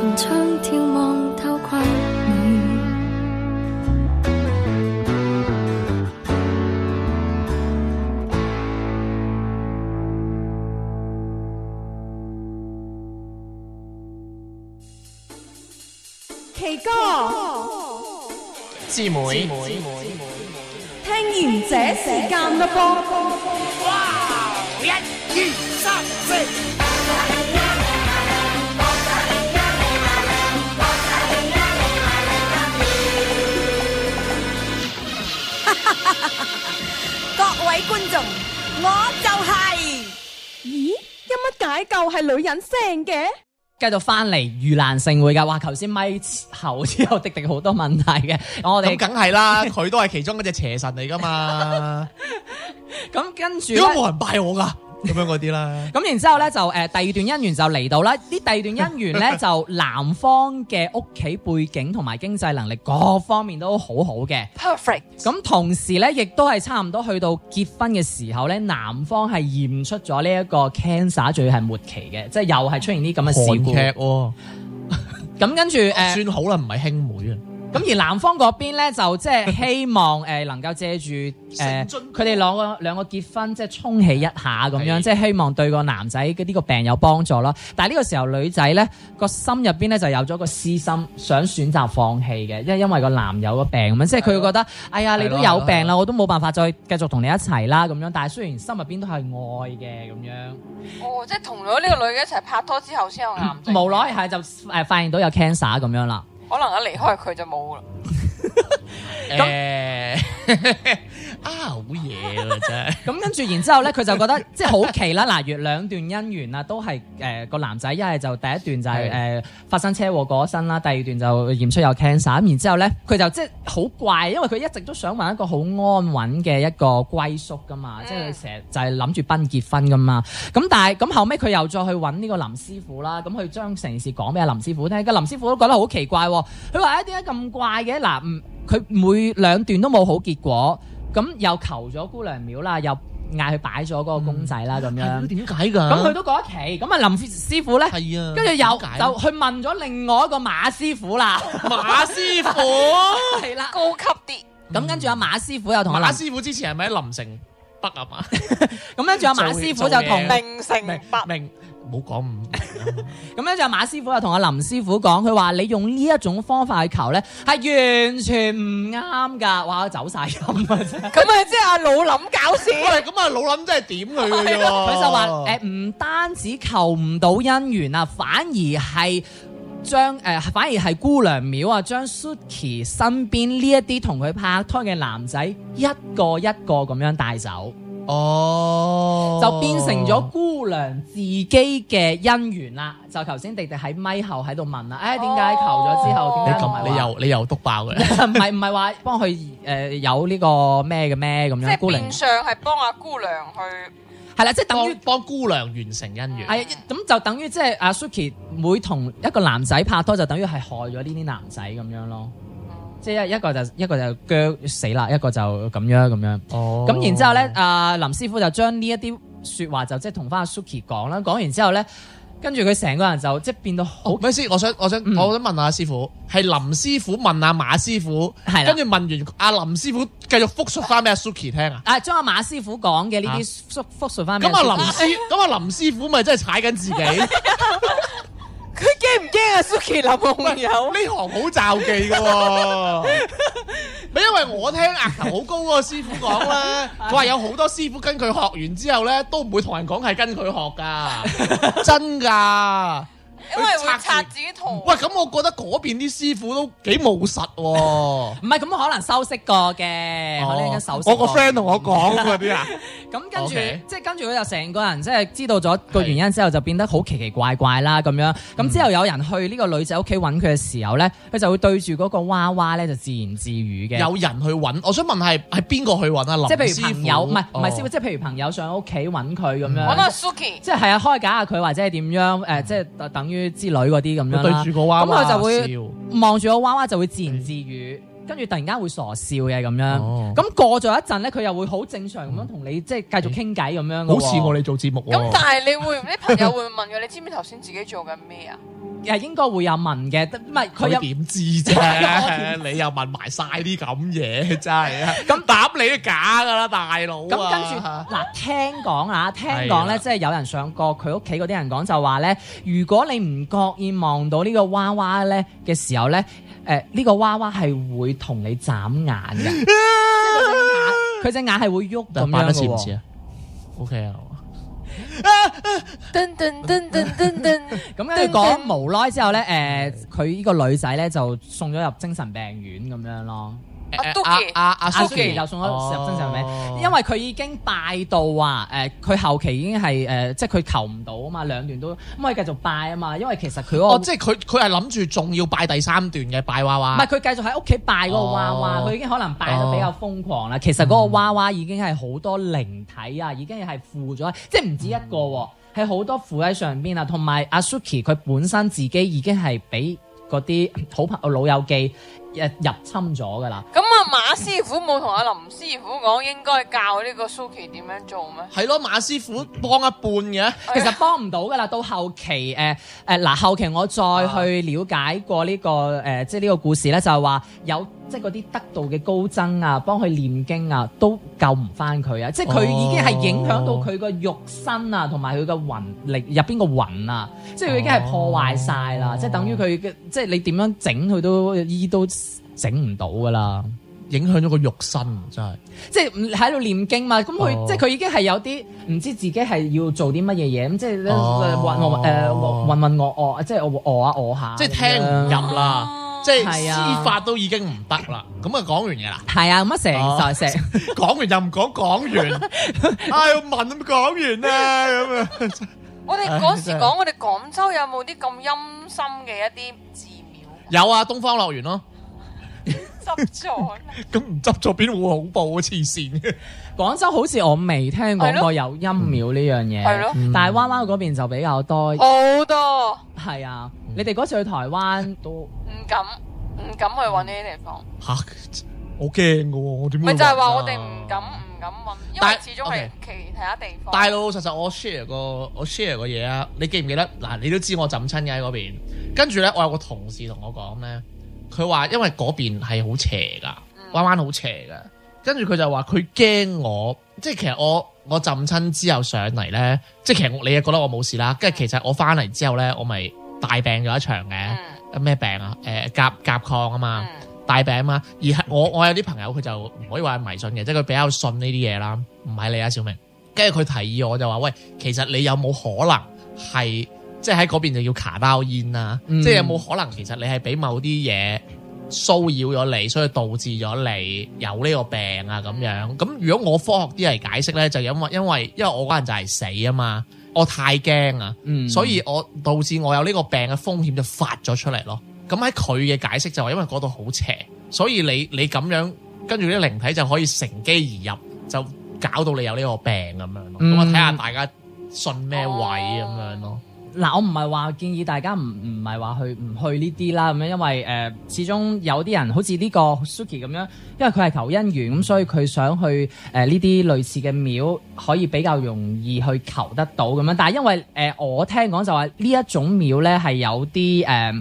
[SPEAKER 5] 憑窗眺望偷窺你。
[SPEAKER 6] 奇哥，
[SPEAKER 4] 姊妹，
[SPEAKER 6] 聽完這時間嘞噃。
[SPEAKER 3] 各位觀眾，我就係
[SPEAKER 6] 咦，有乜解救係女人聲嘅？
[SPEAKER 2] 繼續翻嚟盂蘭盛會㗎，哇！頭先咪後之後，滴滴好多問題 嘅，我哋
[SPEAKER 4] 咁梗係啦，佢都係其中一隻邪神 嚟噶嘛。
[SPEAKER 2] 咁跟住
[SPEAKER 4] 點解
[SPEAKER 2] 呢
[SPEAKER 4] 冇人拜我㗎？咁樣嗰啲啦。
[SPEAKER 2] 咁然之後咧就誒、呃第二段姻緣就嚟到啦，呢第二段姻緣咧就男方嘅屋企背景同埋經濟能力各方面都好好嘅，
[SPEAKER 3] perfect。
[SPEAKER 2] 咁同時咧亦都係差唔多去到結婚嘅時候咧，男方係驗出咗呢一個 cancer 最係末期嘅，即係又係出現啲咁嘅
[SPEAKER 4] 韓
[SPEAKER 2] 事
[SPEAKER 4] 劇
[SPEAKER 2] 故。
[SPEAKER 4] 喎，
[SPEAKER 2] 咁跟住誒。呃
[SPEAKER 4] 算好啦，唔係兄妹啊。
[SPEAKER 2] 咁而男方嗰邊咧就即係希望 誒、呃能夠借住誒
[SPEAKER 4] 成進
[SPEAKER 2] 佢哋兩個兩個結婚，即係沖起一下咁樣，
[SPEAKER 4] 係
[SPEAKER 2] 即係希望對個男仔嘅呢個病有幫助啦。但係呢個時候女仔咧個心入邊咧就有咗個私心，想選擇放棄嘅，因為因為個男友個病咁樣，即係佢會覺得哎呀你都有病
[SPEAKER 4] 係
[SPEAKER 2] 啦，
[SPEAKER 4] 咯
[SPEAKER 2] 我都冇辦法再繼續同你一齊啦咁樣。但係雖然心入邊都係愛嘅咁樣，
[SPEAKER 3] 哦，即係同咗呢個女嘅一齊拍拖之後先有癌症，
[SPEAKER 2] 無奈係就誒發現到有 cancer 咁樣啦。
[SPEAKER 3] 可能一離開佢就冇啦。
[SPEAKER 4] 誒， 啊好嘢喎真係。
[SPEAKER 2] 咁跟住，然之後咧，佢就覺得 即係好奇啦。嗱，若兩段姻緣啊，都係誒個男仔一係就第一段就係、
[SPEAKER 4] 係
[SPEAKER 2] 誒、發生車禍過咗身啦，第二段就驗出有 cancer。咁然之後咧，佢就即係好怪，因為佢一直都想揾一個好安穩嘅一個歸宿噶嘛，即係佢成日就係諗住奔結婚噶嘛。咁但係咁後尾佢又再去揾呢個林師傅啦，咁佢將成件事講俾阿林師傅聽，個林師傅都覺得好奇怪喎。佢話：誒點解咁怪嘅？嗱，唔佢每兩段都冇好結果。咁又求咗姑娘廟啦，又嗌佢擺咗嗰個公仔啦咁樣，
[SPEAKER 4] 點解㗎？
[SPEAKER 2] 咁佢都過一期，咁啊林師傅咧，
[SPEAKER 4] 係啊，
[SPEAKER 2] 跟住又
[SPEAKER 4] 點解
[SPEAKER 2] 就去問咗另外一個馬師傅 啦，
[SPEAKER 4] 馬師傅，
[SPEAKER 2] 係啦，
[SPEAKER 3] 高級啲，
[SPEAKER 2] 咁跟住阿馬師傅又同阿
[SPEAKER 4] 馬
[SPEAKER 2] 林，
[SPEAKER 4] 師傅之前係咪喺林城北啊嘛？
[SPEAKER 2] 咁跟住阿馬師傅就
[SPEAKER 4] 做嘢做
[SPEAKER 2] 同
[SPEAKER 4] 嘢。
[SPEAKER 3] 明成白，
[SPEAKER 4] 明冇講唔
[SPEAKER 2] 咁咧就馬師傅又同阿林師傅講，佢話你用呢一種方法去求咧，係完全唔啱㗎，哇走晒音啊真係。
[SPEAKER 3] 咁咪即係阿老林搞事。
[SPEAKER 4] 喂，咁啊老諗真係點佢嘅啫喎
[SPEAKER 2] 佢就話誒唔單止求唔到姻緣啊，反而係。將誒、呃反而係姑娘廟啊，將 Suki 身邊呢一啲同佢拍拖嘅男仔一個一個咁樣帶走，
[SPEAKER 4] 哦，
[SPEAKER 2] 就變成咗姑娘自己嘅姻緣啦。就頭先迪迪喺咪後喺度問啦，誒點解求咗之後
[SPEAKER 4] 你
[SPEAKER 2] 點解唔係
[SPEAKER 4] 哦咁，你
[SPEAKER 2] 話
[SPEAKER 4] 又你又篤爆嘅。
[SPEAKER 2] 唔係唔係話幫佢誒、呃有呢個咩嘅咩咁
[SPEAKER 3] 即
[SPEAKER 2] 樣
[SPEAKER 3] 係
[SPEAKER 2] 姑娘
[SPEAKER 3] 變相係幫阿姑娘去，
[SPEAKER 2] 係啦，即係等於
[SPEAKER 4] 幫幫姑娘完成姻緣，
[SPEAKER 2] 係咁就等於即係阿 Suki 每同一個男仔拍拖，就等於係害咗呢啲男仔咁樣咯。即係一一個就一個就鋸死啦，一個就咁樣咁樣。
[SPEAKER 4] 哦
[SPEAKER 2] 咁然之後咧，阿、林師傅就將呢一啲説話就即係同翻阿 Suki 講啦。講完之後咧，跟住佢成個人就即係變到好
[SPEAKER 4] 好，咩先？我想我想
[SPEAKER 2] 嗯
[SPEAKER 4] 我想問下師傅，係林師傅問阿馬師傅，
[SPEAKER 2] 係啦
[SPEAKER 4] 跟住問完阿林師傅，繼續復述翻俾阿 Suki 聽啊。
[SPEAKER 2] 啊，將阿馬師傅講嘅呢啲復復述翻俾
[SPEAKER 4] 咁阿啊
[SPEAKER 2] 阿 Suki
[SPEAKER 4] 林師，咁阿林師傅咪真係踩緊自己？呢
[SPEAKER 3] 佢驚唔驚啊？Suki 林夢友
[SPEAKER 4] 行好罩忌嘅喎，咪因為我聽額頭好高嗰個師傅講 咧，佢話有好多師傅跟佢學完之後咧，都唔會同人講係跟佢學 㗎，真㗎。
[SPEAKER 3] 因為會
[SPEAKER 4] 佢拆
[SPEAKER 3] 拆
[SPEAKER 4] 住
[SPEAKER 3] 自己圖。
[SPEAKER 4] 喂，咁我覺得嗰邊啲師傅都幾務實喎。
[SPEAKER 2] 唔係咁可能修飾過嘅，可能一手
[SPEAKER 4] 哦我個 friend 同 我講嗰啲啊，
[SPEAKER 2] 咁跟住
[SPEAKER 4] OK
[SPEAKER 2] 即係跟住佢就成個人即係知道咗個原因之後，就變得好奇奇怪怪啦咁樣。
[SPEAKER 4] 嗯
[SPEAKER 2] 咁之後有人去呢個女仔屋企揾佢嘅時候咧，佢就會對住嗰個娃娃咧就自言自語嘅。
[SPEAKER 4] 有人去揾，我想問係係邊個去揾啊？林
[SPEAKER 2] 即係譬
[SPEAKER 4] 師
[SPEAKER 2] 如
[SPEAKER 4] 傅
[SPEAKER 2] 朋友，唔係唔係師傅，
[SPEAKER 4] 哦
[SPEAKER 2] 即係譬如朋友上屋企揾佢咁
[SPEAKER 3] 我都係
[SPEAKER 2] 樣，
[SPEAKER 3] Suki，
[SPEAKER 2] 即係係啊開解下佢或者係點樣誒，即係等於之類嗰啲咁樣啦
[SPEAKER 4] 佢對住個娃娃
[SPEAKER 2] 咁佢就會
[SPEAKER 4] 笑
[SPEAKER 2] 望住個娃娃就會自言自語，跟住突然間會傻笑嘅咁樣。
[SPEAKER 4] 哦
[SPEAKER 2] 咁過咗一陣咧，佢又會好正常咁樣同你即係繼續傾偈咁樣嘅喎。
[SPEAKER 4] 好似我哋做節目
[SPEAKER 3] 咁
[SPEAKER 4] 喎
[SPEAKER 3] 但。係你會啲朋友會問佢，你知唔知頭先自己做緊咩啊？
[SPEAKER 2] 誒應該會有問嘅，得唔係佢有
[SPEAKER 4] 佢點知 啫？你又問埋晒啲咁嘢， 真係啊！咁答你都假噶啦，大佬
[SPEAKER 2] 咁跟住
[SPEAKER 4] 啊
[SPEAKER 2] 嗱，聽講啊，聽
[SPEAKER 4] 係
[SPEAKER 2] 講
[SPEAKER 4] 啦
[SPEAKER 2] 咧，即係有人上過佢屋企嗰啲人講就話咧，如果你唔覺意望到呢個娃娃咧嘅時候咧，誒呢個娃娃係會同你眨眼嘅， 即係佢隻眼佢隻眼係會喐咁
[SPEAKER 4] 扮
[SPEAKER 2] 樣
[SPEAKER 4] 得
[SPEAKER 2] 嘅
[SPEAKER 4] 似唔似
[SPEAKER 2] 喎。
[SPEAKER 4] 啊？OK 啊，
[SPEAKER 3] 噔噔噔噔噔噔，
[SPEAKER 2] 咁跟住講無耐之後咧，誒佢呢個女仔咧就送咗入精神病院咁樣咯。
[SPEAKER 3] 阿
[SPEAKER 4] 誒
[SPEAKER 3] Suki
[SPEAKER 4] 阿阿阿
[SPEAKER 2] 阿 Suki
[SPEAKER 4] Suki
[SPEAKER 2] 啊又送咗入精神病
[SPEAKER 4] 哦
[SPEAKER 2] 院，因為佢已經拜到啊！誒、佢後期已經係誒、即係佢求唔到啊嘛，兩段都咁可以繼續拜啊嘛，因為其實佢嗰、
[SPEAKER 4] 哦，
[SPEAKER 2] 個
[SPEAKER 4] 即係佢佢係諗住仲要拜第三段嘅拜娃
[SPEAKER 2] 唔
[SPEAKER 4] 娃
[SPEAKER 2] 係。佢繼續喺屋企拜嗰個娃娃，
[SPEAKER 4] 哦
[SPEAKER 2] 佢、已經可能拜得比較瘋狂啦。其實嗰個娃娃已經係好多靈體啊，已經係附咗，即係唔止一個喎，係好、多附喺上邊啊。同埋阿 Suki 佢本身自己已經係俾嗰啲好朋友老友記誒入侵咗㗎啦。
[SPEAKER 3] 咁啊馬師傅冇同阿林師傅講應該教呢個 Suki 點樣做咩？
[SPEAKER 4] 係咯，馬師傅幫一半嘅。
[SPEAKER 2] 其實幫唔到噶啦，到後期誒誒嗱，後期我再去了解過呢、個誒、呃即係呢個故事咧，就係話有即係嗰啲得道嘅高僧啊，幫佢念經啊，都救唔翻佢啊！即係佢已經係影響到佢個肉身啊，同埋佢個魂力入邊個魂啊，即係佢已經係破壞晒啦，
[SPEAKER 4] 哦
[SPEAKER 2] 即係等於佢嘅，即係你點樣整佢都醫都整唔到噶啦。
[SPEAKER 4] 影響咗個肉身，真係。
[SPEAKER 2] 即係唔喺度念經嘛，咁佢、
[SPEAKER 4] 哦
[SPEAKER 2] 即係佢已經係有啲唔知自己係要做啲乜嘢嘢，咁即係咧呃
[SPEAKER 4] 哦
[SPEAKER 2] 混混誒混混噩噩，即係我餓下餓下，
[SPEAKER 4] 即係聽唔入啦。即係
[SPEAKER 2] 係啊
[SPEAKER 4] 司法都已經唔得啦。咁啊，講完嘢啦，
[SPEAKER 2] 係啊，咁啊成就成
[SPEAKER 4] 講完就唔講，講完， 唉，問咁講完啦，咁啊，
[SPEAKER 3] 我哋嗰時講，我哋廣州有冇啲咁陰森嘅一啲寺廟
[SPEAKER 4] 有啊，東方樂園咯，
[SPEAKER 3] 執咗？
[SPEAKER 4] 咁唔執咗邊會恐怖啊？黐線嘅，
[SPEAKER 2] 廣州好似我未聽
[SPEAKER 3] 係
[SPEAKER 2] 講
[SPEAKER 3] 咯
[SPEAKER 2] 過有陰廟呢樣嘢，
[SPEAKER 3] 係咯
[SPEAKER 2] 但係灣灣嗰邊就比較多，
[SPEAKER 3] 好多
[SPEAKER 2] 係啊，你哋嗰次去台灣都
[SPEAKER 3] 唔敢唔敢去揾呢啲地方，
[SPEAKER 4] 吓，我驚噶喎，我
[SPEAKER 2] 嗯
[SPEAKER 4] 點會
[SPEAKER 3] 咪就係話
[SPEAKER 2] 哦
[SPEAKER 4] 暈啊
[SPEAKER 3] 我哋唔敢唔敢揾，因為
[SPEAKER 4] 但
[SPEAKER 3] 始終係其他地方。
[SPEAKER 4] 大老老實實，我 share 個我 share 個嘢啊，你記唔記得？嗱，你都知我浸親嘅喺嗰邊。跟住咧，我有個同事同我講咧，佢話因為嗰邊係好邪噶，彎彎好邪噶。跟住佢就話佢驚我，即係其實我我浸親之後上嚟咧，即係其實我你又覺得我冇事啦。跟住其實我翻嚟之後咧，我咪大病咗一場嘅。
[SPEAKER 3] 嗯
[SPEAKER 4] 咩病啊？誒、甲甲亢啊嘛。
[SPEAKER 3] 嗯
[SPEAKER 4] 大餅嘛，而係我我有啲朋友佢就唔可以話係迷信嘅，即係佢比較信呢啲嘢啦，唔係你啊，小明。跟住佢提議我就話：喂，其實你有冇可能係即係喺嗰邊就要卡包煙啊？
[SPEAKER 2] 嗯
[SPEAKER 4] 即係有冇可能其實你係俾某啲嘢騷擾咗你，所以導致咗你有呢個病啊咁樣？咁如果我科學啲嚟解釋咧，就因為因為因為我嗰陣就係死啊嘛，我太驚啊！
[SPEAKER 2] 嗯，
[SPEAKER 4] 所以我導致我有呢個病嘅風險就發咗出嚟咯。咁喺佢嘅解釋就係因為嗰度好邪，所以你你咁樣跟住啲靈體就可以乘機而入，就搞到你有呢個病咁樣咯。咁
[SPEAKER 2] 嗯
[SPEAKER 4] 啊睇下大家信咩位咁樣咯。
[SPEAKER 2] 嗱，我唔係話建議大家唔唔係話去唔去呢啲啦，咁樣因為誒、呃始終有啲人好似呢個 Suki 咁樣，因為佢係求姻緣，咁所以佢想去誒呢啲類似嘅廟，可以比較容易去求得到咁樣。但係因為誒、呃我聽講就話呢一種廟咧係有啲誒、呃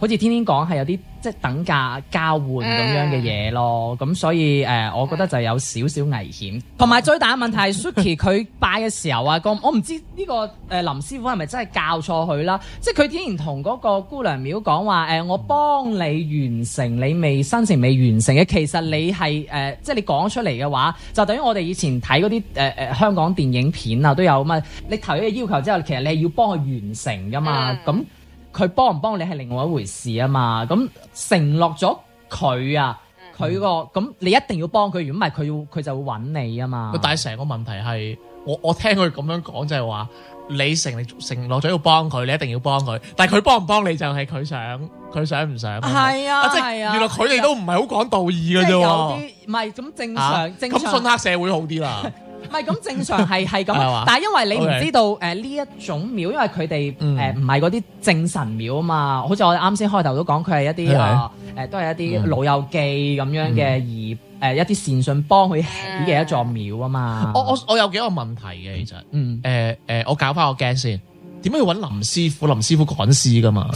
[SPEAKER 2] 好似天天講係有啲即係等價交換咁樣嘅嘢咯，咁、所以誒、呃我覺得就有少少危險。同埋最大嘅問題係 Suki 佢拜嘅時候啊，個我唔知呢個誒呃林師傅係咪真係教錯佢啦？即係佢竟然同嗰個姑娘廟講話誒，我幫你完成你未申請未完成嘅，其實你係誒、呃即係你講出嚟嘅話，就等於我哋以前睇嗰啲誒誒香港電影片啊都有咁啊，你提咗個要求之後，其實你係要幫佢完成噶嘛，咁、佢幫唔幫你係另外一回事啊嘛。咁承諾咗佢啊，佢個咁你一定要幫佢，如果唔係佢要佢就會揾你啊嘛。
[SPEAKER 4] 但係成個問題係我我聽佢咁樣講就係話。你承承諾咗要幫佢，你一定要幫佢。但係佢幫唔幫你就係佢想，佢想唔想。
[SPEAKER 2] 係啊
[SPEAKER 4] 即係
[SPEAKER 2] 係啊
[SPEAKER 4] 原來佢哋都唔係好講道義
[SPEAKER 2] 即
[SPEAKER 4] 嘅啫
[SPEAKER 2] 係有
[SPEAKER 4] 喎。
[SPEAKER 2] 啲唔係咁正
[SPEAKER 4] 啊
[SPEAKER 2] 常，正
[SPEAKER 4] 咁
[SPEAKER 2] 常
[SPEAKER 4] 信黑社會好 啲啦。
[SPEAKER 2] 唔係咁正常係係咁
[SPEAKER 4] 係嘛
[SPEAKER 2] 啊，但係因為你唔
[SPEAKER 4] OK
[SPEAKER 2] 知道誒呢一種廟，因為佢哋
[SPEAKER 4] 嗯
[SPEAKER 2] 誒唔係嗰啲正神廟啊嘛，好似我啱先開頭都講，佢係一
[SPEAKER 4] 係嗯
[SPEAKER 2] 啲啊誒都係一啲老友記咁樣嘅，而誒一啲善信幫佢起嘅一座廟啊嘛。
[SPEAKER 4] 我我我有幾個問題嘅，其實，誒、
[SPEAKER 2] 嗯
[SPEAKER 4] 誒、我搞翻個 game 先。點解要揾林師傅？林師傅趕屍噶嘛？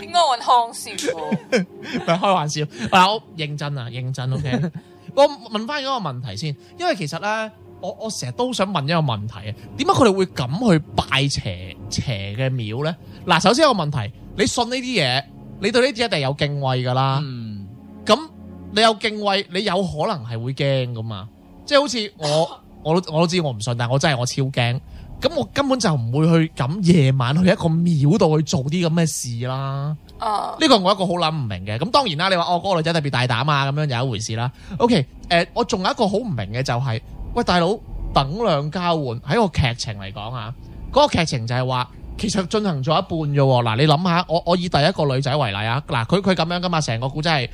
[SPEAKER 3] 應該揾康 師傅。
[SPEAKER 4] 咪開玩笑。 嗱，我認真啊，認真。OK，我 問翻嗰個問題先，因為其實咧，我我成日都想問一個問題啊，點解佢哋會咁去拜邪邪嘅廟咧？嗱，首先有個問題，你信呢啲嘢，你對呢啲一定有敬畏噶啦。
[SPEAKER 2] 嗯
[SPEAKER 4] 咁你有敬畏，你有可能係會驚噶嘛？即係好似我，我都我都知我唔信，但係我真係我超驚。咁我根本就唔會去咁夜晚去一個廟度去做啲咁嘅事啦。
[SPEAKER 3] 啊，
[SPEAKER 4] 呢個我一個好諗唔明嘅。咁當然啦，你話哦嗰、個女仔特別大膽啊，咁樣有一回事啦。OK，誒、我仲有一個好唔明嘅就係、喂大佬等量交換喺個劇情嚟講啊，嗰、個劇情就係話其實進行咗一半啫喎。嗱，你諗下，我我以第一個女仔為例啊，嗱，佢佢咁樣噶嘛，成個古仔係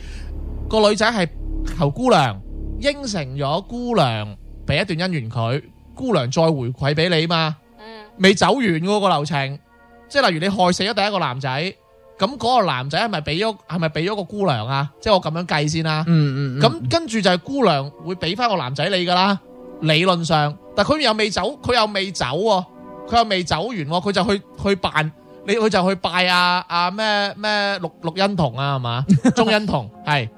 [SPEAKER 4] 個女仔係求姑娘應承咗姑娘俾一段姻緣佢，姑娘再回饋俾你嘛。
[SPEAKER 3] 嗯
[SPEAKER 4] 未走完嗰個流程，即係例如你害死咗第一個男仔，咁嗰個男仔係咪俾咗係咪俾咗個姑娘啊？即係我咁樣計先啦。
[SPEAKER 2] 嗯嗯，
[SPEAKER 4] 咁、跟住就係姑娘會俾翻個男仔你噶啦，理論上，但佢又未走，佢又未走喎、佢又未走完喎、佢就去去扮，你佢就去拜啊啊咩咩陸陸欣彤啊，係嘛？鐘欣彤係。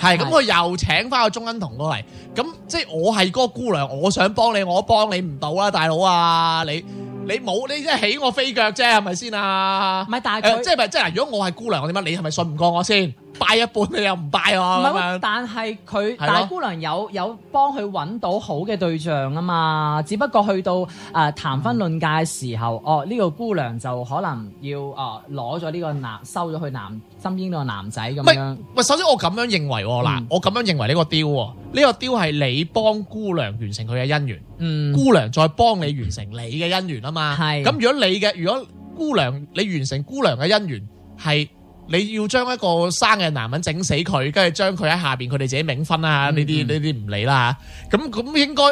[SPEAKER 4] 係咁，佢又請翻個鐘欣彤過嚟，咁即係我係嗰個姑娘，我想幫你，我幫你唔到啦，大佬啊，你你冇你即係起我飛腳啫，係咪先啊
[SPEAKER 2] 唔？係但係
[SPEAKER 4] 誒、
[SPEAKER 2] 啊佢
[SPEAKER 4] 啊即係咪即係嗱？如果我係姑娘，我點解你係咪信唔過我先？拜一半你又唔拜我
[SPEAKER 2] 唔
[SPEAKER 4] 啊咁
[SPEAKER 2] 係，
[SPEAKER 4] 樣，
[SPEAKER 2] 但係佢
[SPEAKER 4] 係咯
[SPEAKER 2] 大姑娘有有幫佢揾到好嘅對象啊嘛，只不過去到誒、呃、談婚論嫁嘅時候，哦呢、個姑娘就可能要啊攞咗呢個男收咗佢男身邊呢個男仔咁
[SPEAKER 4] 唔係
[SPEAKER 2] 樣，
[SPEAKER 4] 喂，首先我咁樣認為喎，嗱、
[SPEAKER 2] 嗯
[SPEAKER 4] 我咁樣認為呢個雕喎，呢、個雕係你幫姑娘完成佢嘅姻緣，
[SPEAKER 2] 嗯，
[SPEAKER 4] 姑娘再幫你完成你嘅姻緣啊嘛。
[SPEAKER 2] 係
[SPEAKER 4] 咁，如果你嘅如果姑娘你完成姑娘嘅姻緣係。你要將一個生嘅男人整死佢，跟住將佢喺下邊，佢哋自己冥婚啊！
[SPEAKER 2] 嗯
[SPEAKER 4] 呢啲
[SPEAKER 2] 嗯
[SPEAKER 4] 呢啲唔理啦嚇。咁咁應該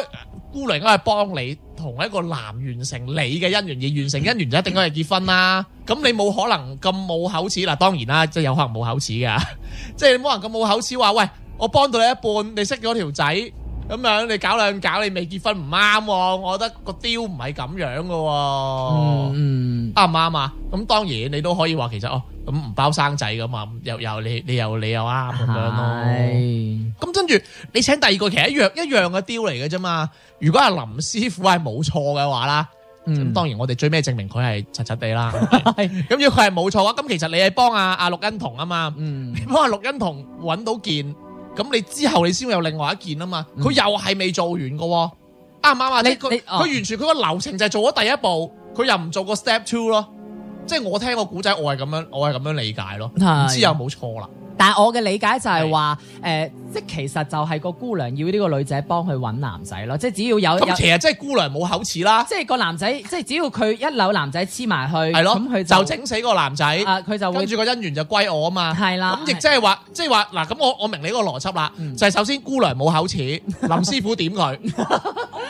[SPEAKER 4] 姑娘應該係幫你同一個男完成你嘅姻緣，而完成姻緣就一定係結婚啦。咁你冇可能咁冇口齒嗱，當然啦，即係有可能冇口齒㗎。即係你冇可能咁冇口齒話，喂，我幫到你一半，你識咗條仔咁樣，你搞兩搞，你未結婚唔啱喎。我覺得個雕唔係咁樣嘅喎、哦
[SPEAKER 2] 嗯嗯
[SPEAKER 4] 啱唔啱啊？咁當然你都可以話其實哦，咁唔包生仔噶嘛，又又你你又你又啱咁樣咯。
[SPEAKER 2] 嗯係
[SPEAKER 4] 咁跟住你請第二個其實一樣一樣嘅雕嚟嘅啫嘛。如果阿林師傅係冇錯嘅話啦，咁、
[SPEAKER 2] 嗯
[SPEAKER 4] 當然我哋最尾證明佢係柒柒地啦。咁如果 佢係冇錯嘅話，咁其實你係幫阿阿陸欣彤啊嘛，
[SPEAKER 2] 嗯
[SPEAKER 4] 你幫阿陸欣彤揾到件，咁你之後你先會有另外一件啊嘛。
[SPEAKER 2] 嗯
[SPEAKER 4] 佢又係未做完嘅喎，啱唔啱啊？
[SPEAKER 2] 你
[SPEAKER 4] 即係佢
[SPEAKER 2] 你
[SPEAKER 4] 佢
[SPEAKER 2] 哦
[SPEAKER 4] 完全佢個流程就係做咗第一步，佢又唔做個 step two 咯。即係我聽個古仔，我係咁樣，我係咁樣理解 咯。唔
[SPEAKER 2] 係
[SPEAKER 4] 知有冇錯啦？
[SPEAKER 2] 但係我嘅理解就係話誒，即其實就係個姑娘要呢個女仔幫佢揾男仔咯，即係只要有有
[SPEAKER 4] 咁其實真係姑娘冇口齒啦，
[SPEAKER 2] 即係個男仔，即係只要佢一扭男仔黐埋去，
[SPEAKER 4] 係咯
[SPEAKER 2] 咁佢，
[SPEAKER 4] 就整死個男仔，
[SPEAKER 2] 啊，佢就會
[SPEAKER 4] 跟住個姻緣就歸我啊嘛。
[SPEAKER 2] 係啦，
[SPEAKER 4] 咁亦即係話，即係話嗱，咁我我明你個邏輯啦，
[SPEAKER 2] 嗯
[SPEAKER 4] 就係首先姑娘冇口齒，林師傅點佢，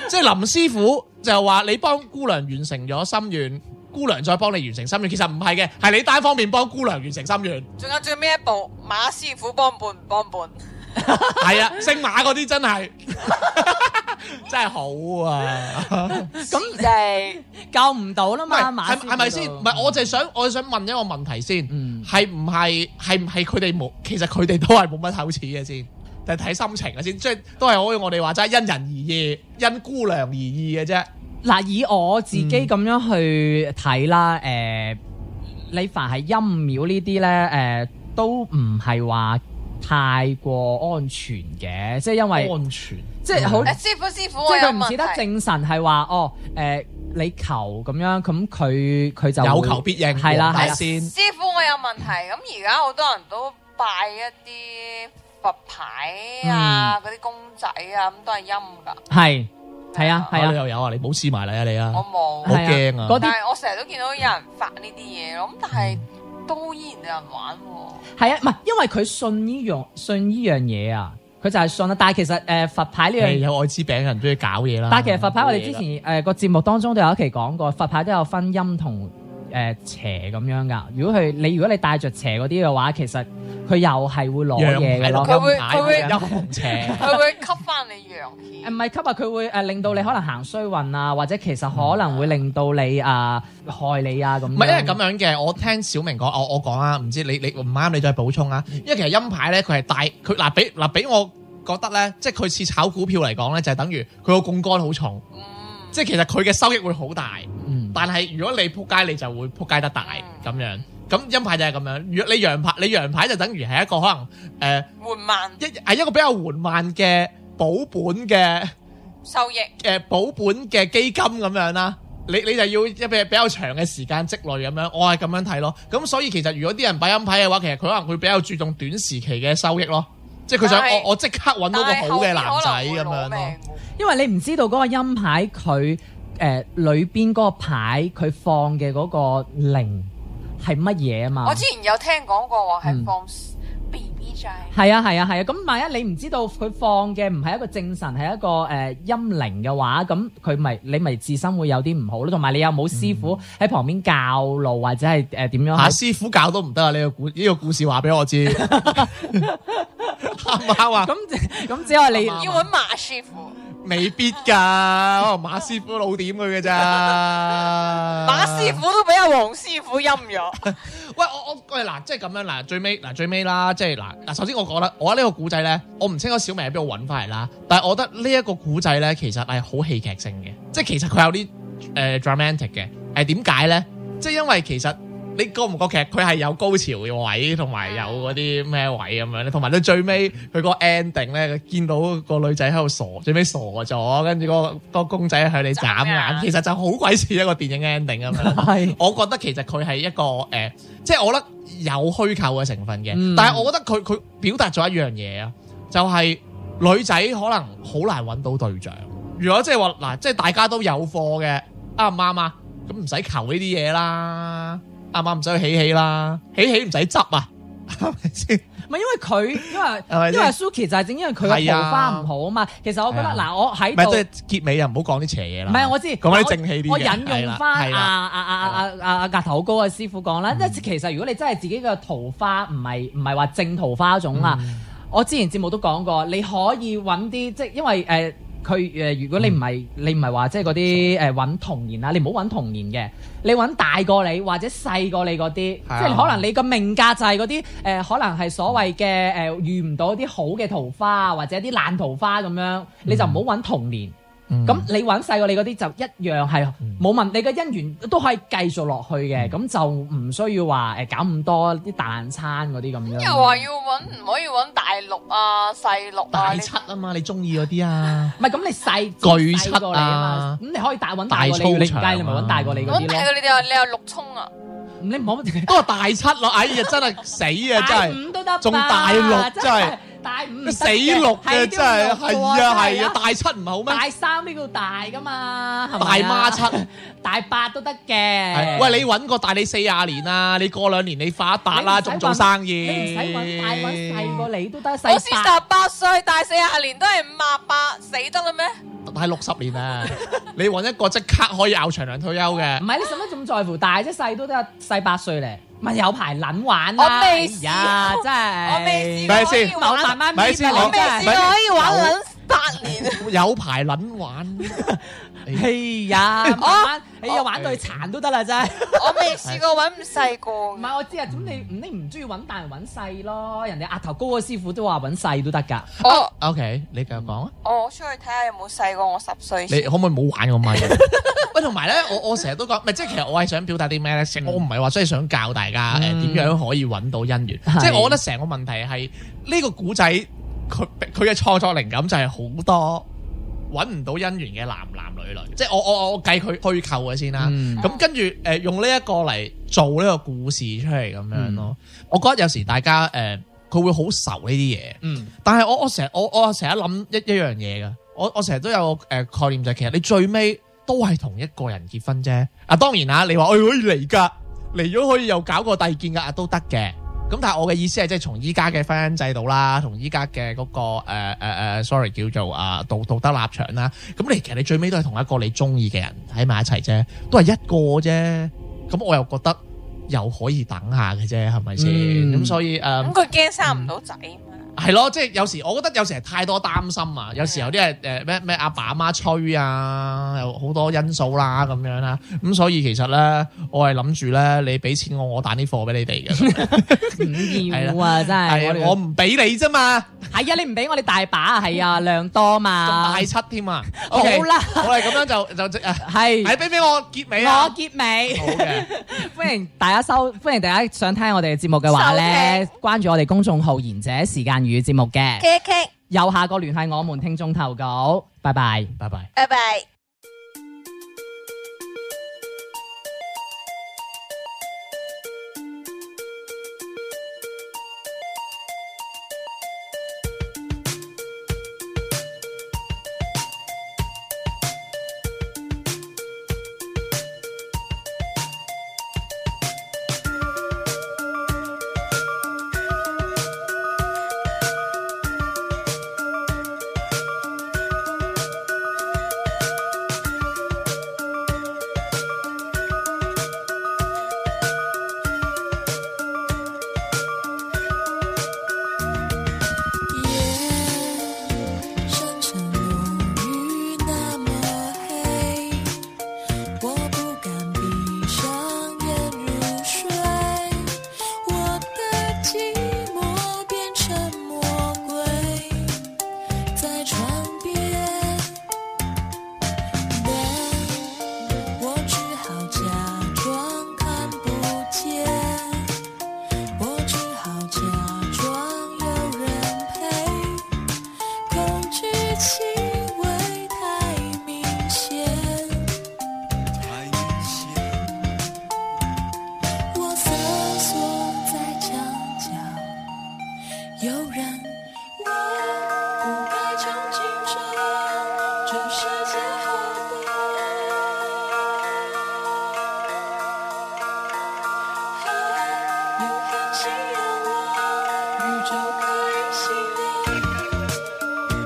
[SPEAKER 4] 即係林師傅就話你幫姑娘完成咗心願，姑娘再幫你完成心願，其實唔係嘅，係你單方面幫姑娘完成心願，
[SPEAKER 3] 仲有最尾一步，馬師傅幫伴唔幫伴，
[SPEAKER 4] 係啊，姓馬嗰啲真係 真係好啊，
[SPEAKER 3] 咁就係
[SPEAKER 2] 救唔到啦
[SPEAKER 4] 唔
[SPEAKER 2] 嘛，
[SPEAKER 4] 係
[SPEAKER 2] 馬
[SPEAKER 4] 係係咪先？唔係，我就係想我就想問一個問題先，
[SPEAKER 2] 嗯
[SPEAKER 4] 係唔係係唔係佢哋冇？其實佢哋都係冇乜口齒嘅先，但係睇心情嘅先，即係都係好似我哋話齋因人而異，因姑娘而異嘅啫。
[SPEAKER 2] 嗱，以我自己咁樣去睇啦，誒、你凡係陰廟呢啲咧，誒、都唔係話太過安全嘅，即係因為
[SPEAKER 4] 安全，
[SPEAKER 2] 即係好，
[SPEAKER 3] 誒
[SPEAKER 2] 即
[SPEAKER 3] 師傅師傅，我
[SPEAKER 2] 係
[SPEAKER 3] 有
[SPEAKER 2] 佢唔
[SPEAKER 3] 問
[SPEAKER 2] 似得
[SPEAKER 3] 題。
[SPEAKER 2] 正神係話哦，誒、你求咁樣，咁佢佢就
[SPEAKER 4] 有
[SPEAKER 2] 會
[SPEAKER 4] 求必應，
[SPEAKER 2] 係啦
[SPEAKER 4] 黃大
[SPEAKER 2] 係啦
[SPEAKER 4] 仙
[SPEAKER 3] 師傅，我有問題。咁而家好多人都拜一啲佛牌啊，
[SPEAKER 4] 嗯
[SPEAKER 3] 嗰啲公仔啊，咁都係陰㗎。
[SPEAKER 2] 係係啊係
[SPEAKER 4] 啊
[SPEAKER 2] 啊
[SPEAKER 4] 你。又有啊，你冇黐埋嚟啊你啊
[SPEAKER 3] 我，冇。
[SPEAKER 4] 好驚
[SPEAKER 2] 係嗰
[SPEAKER 4] 啊！
[SPEAKER 2] 啲
[SPEAKER 3] 但係我成日都見到有人發呢啲嘢咯，咁但係
[SPEAKER 4] 嗯
[SPEAKER 3] 都依然有人玩 喎。
[SPEAKER 2] 係啊，唔係因為佢信呢樣信呢樣嘢啊，佢就係信啦。但係其實誒、呃佛牌呢樣
[SPEAKER 4] 誒
[SPEAKER 2] 嘢，
[SPEAKER 4] 有愛滋病嘅人中意搞嘢啦。
[SPEAKER 2] 但係其實佛牌我哋之前誒個節目當中都有一期講過，佛牌都有分陰同誒邪咁樣噶。如果佢你如果你帶着邪嗰啲嘅話，其實佢又係會攞
[SPEAKER 4] 陽
[SPEAKER 2] 嘢嘅
[SPEAKER 4] 牌咯，
[SPEAKER 2] 咯。
[SPEAKER 3] 佢會
[SPEAKER 4] 陰牌
[SPEAKER 3] 佢會
[SPEAKER 4] 陰紅
[SPEAKER 2] 啊
[SPEAKER 4] 邪。
[SPEAKER 3] 佢會吸翻你陽氣
[SPEAKER 2] 誒。唔係吸啊，佢會誒令到你可能行衰運啊，或者其實可能會令到你啊害你啊咁。
[SPEAKER 4] 唔係，因為咁樣嘅，我聽小明講，我我講啊，唔知你你唔啱，你再補充啊。因為其實陰牌咧，佢係帶佢嗱，俾嗱俾我覺得咧，即係佢似炒股票嚟講咧，就係等於佢個槓桿好重，
[SPEAKER 3] 嗯，
[SPEAKER 4] 即係其實佢嘅收益會好大，
[SPEAKER 2] 嗯，
[SPEAKER 4] 但係如果你撲街，你就會撲街得大咁
[SPEAKER 3] 嗯
[SPEAKER 4] 樣。咁陰牌就係咁樣，如果你陽牌，你陽牌就等於係一個可能誒、呃
[SPEAKER 3] 緩慢
[SPEAKER 4] 一係一個比較緩慢嘅保本嘅。
[SPEAKER 3] 收益。
[SPEAKER 4] 誒呃保本嘅基金咁樣啦。你你就要一比比較長嘅時間積累咁樣，我係咁樣睇咯。咁所以其實如果啲人擺陰牌嘅話，其實佢可能會比較注重短時期嘅收益咯，即係佢想
[SPEAKER 3] 但係
[SPEAKER 4] 我我即刻揾到個好嘅男仔咁樣咯。
[SPEAKER 3] 咯。
[SPEAKER 2] 因為你唔知道嗰個陰牌佢誒裏邊嗰個牌佢放嘅嗰個靈係乜嘢啊嘛。
[SPEAKER 3] 我之前有聽講過話
[SPEAKER 2] 嗯
[SPEAKER 3] 係放 B B 仔，
[SPEAKER 2] 係啊係啊係啊，咁、萬一你唔知道佢放嘅唔係一個正神，係一個誒、呃、陰靈嘅話，咁佢咪你咪自身會有啲唔好咯。同埋你有冇師傅喺旁邊教路或者係誒點樣
[SPEAKER 4] 嚇、
[SPEAKER 2] 喺？
[SPEAKER 4] 師傅教都唔得啊！呢、個故呢、個故事話俾我知，啱唔啱啊？
[SPEAKER 2] 咁咁只 係你
[SPEAKER 4] 啱啊
[SPEAKER 3] 要揾馬師傅。
[SPEAKER 4] 未必㗎，可能馬師傅老點佢嘅咋。
[SPEAKER 3] 馬師傅都俾阿黃師傅陰咗，
[SPEAKER 4] 喂，我我喂嗱，即係咁樣嗱，最尾嗱最尾啦，即係嗱嗱，首先我講啦，我覺得呢個古仔咧，我唔清楚小明喺邊度揾翻嚟啦，但係我覺得呢一個古仔咧，其實係好戲劇性嘅，即係其實佢有啲誒、呃 dramatic 嘅，誒點解咧？即係因為其實你覺唔覺其實佢係有高潮嘅位，同埋有嗰啲咩位咁樣咧？同埋到最尾佢個 ending 咧，佢見到個女仔喺度傻，最尾傻咗，跟住嗰個嗰個公仔向你眨眼，其實就好鬼似一個電影 ending 咁樣。
[SPEAKER 2] 係
[SPEAKER 4] 我覺得其實佢係一個誒、呃即係我覺得有虛構嘅成分嘅，
[SPEAKER 2] 嗯
[SPEAKER 4] 但係我覺得佢佢表達咗一樣嘢啊，就係、女仔可能好難揾到對象。如果即係話嗱，即係大家都有貨嘅，啱唔啱啊？咁唔使求呢啲嘢啦，啱唔啱？唔使去起起啦，起起唔使執啊，係咪先？
[SPEAKER 2] 唔係因為佢，因為
[SPEAKER 4] 係咪
[SPEAKER 2] 因為
[SPEAKER 4] 先？
[SPEAKER 2] Suki 就係正因為佢
[SPEAKER 4] 係
[SPEAKER 2] 嘅
[SPEAKER 4] 啊
[SPEAKER 2] 桃花唔好啊嘛。其實我覺得
[SPEAKER 4] 係啊
[SPEAKER 2] 嗱，我喺
[SPEAKER 4] 唔係
[SPEAKER 2] 度
[SPEAKER 4] 即係結尾又唔好講啲邪嘢啦。
[SPEAKER 2] 唔係我知
[SPEAKER 4] 講翻啲正氣啲嘅
[SPEAKER 2] 我引
[SPEAKER 4] 係
[SPEAKER 2] 用
[SPEAKER 4] 啦
[SPEAKER 2] 翻
[SPEAKER 4] 係啦
[SPEAKER 2] 啊
[SPEAKER 4] 嗯
[SPEAKER 2] 啊啊啊啊啊額頭高嘅師傅講啦，即係其實如果你真係自己嘅桃花唔係唔係話正桃花種啊，
[SPEAKER 4] 嗯
[SPEAKER 2] 我之前節目都講過，你可以揾啲即係因為誒。佢誒、如果你唔
[SPEAKER 4] 嗯
[SPEAKER 2] 係、你唔係話即係嗰啲誒揾童年啊，你唔好揾童年嘅，你揾大過你或者細過你嗰啲，即
[SPEAKER 4] 係啊
[SPEAKER 2] 係可能你個命格就係嗰啲誒，可能係所謂嘅誒遇唔到啲好嘅桃花或者啲爛桃花咁樣，你就唔好揾童年。
[SPEAKER 4] 嗯
[SPEAKER 2] 咁你揾細過你嗰啲就一樣係冇問，你嘅姻緣都可以繼續落去嘅，咁就唔需要話誒搞咁多啲大爛餐嗰啲咁樣。
[SPEAKER 3] 又話要揾唔可以揾大陸啊、細陸啊
[SPEAKER 4] 大
[SPEAKER 3] 呢啲
[SPEAKER 4] 七啊嘛，你中意嗰啲啊？
[SPEAKER 2] 唔係咁，你細
[SPEAKER 4] 巨
[SPEAKER 2] 細過你
[SPEAKER 4] 七啊
[SPEAKER 2] 嘛，咁你可以大揾大過
[SPEAKER 4] 大
[SPEAKER 2] 你，你唔
[SPEAKER 4] 操場啊
[SPEAKER 2] 計你咪揾大過你嗰
[SPEAKER 3] 揾
[SPEAKER 2] 啲
[SPEAKER 3] 大
[SPEAKER 2] 咯。
[SPEAKER 3] 佢你哋又你又六衝啊，
[SPEAKER 2] 你唔好
[SPEAKER 4] 都係大七咯，哎呀，真係死啊，真
[SPEAKER 2] 大
[SPEAKER 4] 係！
[SPEAKER 2] 五都得吧，
[SPEAKER 4] 仲大陸真係
[SPEAKER 2] 大五唔得嘅
[SPEAKER 4] 死六嘅真係，
[SPEAKER 2] 係
[SPEAKER 4] 係
[SPEAKER 2] 都要六
[SPEAKER 4] 啊
[SPEAKER 2] 喎
[SPEAKER 4] 係啊，大七唔好咩？
[SPEAKER 2] 大三呢個大噶嘛，係
[SPEAKER 4] 大
[SPEAKER 2] 咪啊
[SPEAKER 4] 媽七，
[SPEAKER 2] 大八都得
[SPEAKER 4] 係
[SPEAKER 2] 嘅。
[SPEAKER 4] 喂你揾個大你四廿年啊，你過兩年你發達啦，
[SPEAKER 2] 你唔
[SPEAKER 4] 仲
[SPEAKER 2] 使
[SPEAKER 4] 做
[SPEAKER 2] 揾
[SPEAKER 4] 生意，
[SPEAKER 2] 你唔使揾大揾細過你都得，
[SPEAKER 3] 我先
[SPEAKER 2] 細八。
[SPEAKER 3] 十八歲，大四廿年都係五廿八，死得啦咩？
[SPEAKER 4] 大六十 年啊，你揾一個即刻可以拗長糧退休嘅
[SPEAKER 2] 唔，係你使乜咁在乎大啫？細都得細八歲咧，咪有排撚玩啦！哎
[SPEAKER 3] 我未試過
[SPEAKER 2] 呀，真係
[SPEAKER 3] 我未試
[SPEAKER 4] 咪
[SPEAKER 3] 過可
[SPEAKER 4] 先
[SPEAKER 3] 以
[SPEAKER 2] 唔係我慢
[SPEAKER 3] 玩，
[SPEAKER 2] 慢
[SPEAKER 4] 咪
[SPEAKER 2] 搣
[SPEAKER 4] 先
[SPEAKER 2] 啊
[SPEAKER 3] 我
[SPEAKER 2] 你
[SPEAKER 3] 未
[SPEAKER 2] 真係
[SPEAKER 3] 試過可以玩撚八年。
[SPEAKER 4] 有排撚 玩，
[SPEAKER 2] 哎呀，慢慢，哎呀，玩對殘都得啦，真係。
[SPEAKER 3] 我未試 過揾咁細個
[SPEAKER 2] 唔
[SPEAKER 3] 㗎，
[SPEAKER 2] 係我知啊，咁你你唔中意揾大人揾細咯，人哋額頭高嘅師傅都話揾細都得㗎。
[SPEAKER 3] 我
[SPEAKER 4] OK，你繼續講啊，
[SPEAKER 3] 我出去睇下有冇細過我十歲
[SPEAKER 4] 你
[SPEAKER 3] 先。
[SPEAKER 4] 可唔可以冇玩我咪？喂，同埋咧，我我成日都講，咪即係其實我係想表達啲咩咧？成我唔係話真係想教大家誒
[SPEAKER 2] 嗯
[SPEAKER 4] 點樣可以揾到姻緣，
[SPEAKER 2] 係
[SPEAKER 4] 即係我覺得成個問題係呢個古仔佢佢嘅創作靈感就係好多揾唔到姻緣嘅男男女女，即係我我我計佢虛構嘅先啦。
[SPEAKER 2] 嗯
[SPEAKER 4] 咁跟住誒用呢一個嚟做呢個故事出嚟咁樣咯。我覺得有時大家誒佢、會好愁呢啲嘢，
[SPEAKER 2] 嗯，
[SPEAKER 4] 但係我我成日我我成日諗一一樣嘢嘅，我我成日都有個誒、概念就係、其實你最尾都係同一個人結婚啫。啊當然啦，你話我、哎、可以離㗎，離咗可以又搞個第二件㗎，啊都得嘅。咁但係我嘅意思係即係從依家嘅婚姻制度啦，同依家嘅嗰個誒誒誒，sorry 叫做啊道道德立場啦。咁你其實你最尾都係同一個你中意嘅人喺埋一齊啫，都係一個啫。咁我又覺得又可以等下嘅啫，係咪先？咁、
[SPEAKER 2] 嗯
[SPEAKER 4] 所以誒。
[SPEAKER 3] 咁佢驚生唔到仔嘛？
[SPEAKER 4] 係咯，即係有時我覺得有時係太多擔心啊，有時有啲係誒咩咩阿爸阿媽催啊，有好多因素啦咁樣啦，咁所以其實咧，我係諗住咧，你俾錢我，我彈啲貨俾你 哋嘅，
[SPEAKER 2] 唔要啊，真
[SPEAKER 4] 係
[SPEAKER 2] 係
[SPEAKER 4] 啊我
[SPEAKER 2] 我哋
[SPEAKER 4] 唔俾你啫嘛，仲
[SPEAKER 2] 係啊，你唔俾我哋大把啊，係啊，量多嘛
[SPEAKER 4] 大，七添啊
[SPEAKER 2] 好
[SPEAKER 4] ，OK，
[SPEAKER 2] 啦
[SPEAKER 4] 我哋咁樣就就 即誒，係
[SPEAKER 2] 係
[SPEAKER 4] 俾唔俾我結尾啊
[SPEAKER 2] 我，結尾。
[SPEAKER 4] 好嘅，
[SPEAKER 2] 歡迎大家收，歡迎大家想聽我哋嘅節目嘅話咧，關注我哋公眾號賢者時間語節目嘅，
[SPEAKER 3] K K，
[SPEAKER 2] 右下角聯繫我們聽眾投稿，拜拜。
[SPEAKER 4] 拜拜。
[SPEAKER 3] 拜拜。
[SPEAKER 5] Hãy subscribe cho kênh Ghiền Mì Gõ Để không bỏ lỡ
[SPEAKER 7] 气味太明显，太明显。我瑟缩在墙角，有人你不该唱情伤，这世界好大，还有很希望我宇宙可以信任。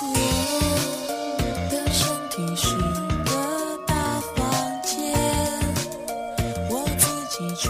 [SPEAKER 7] 我的身体是个大房间，我自己却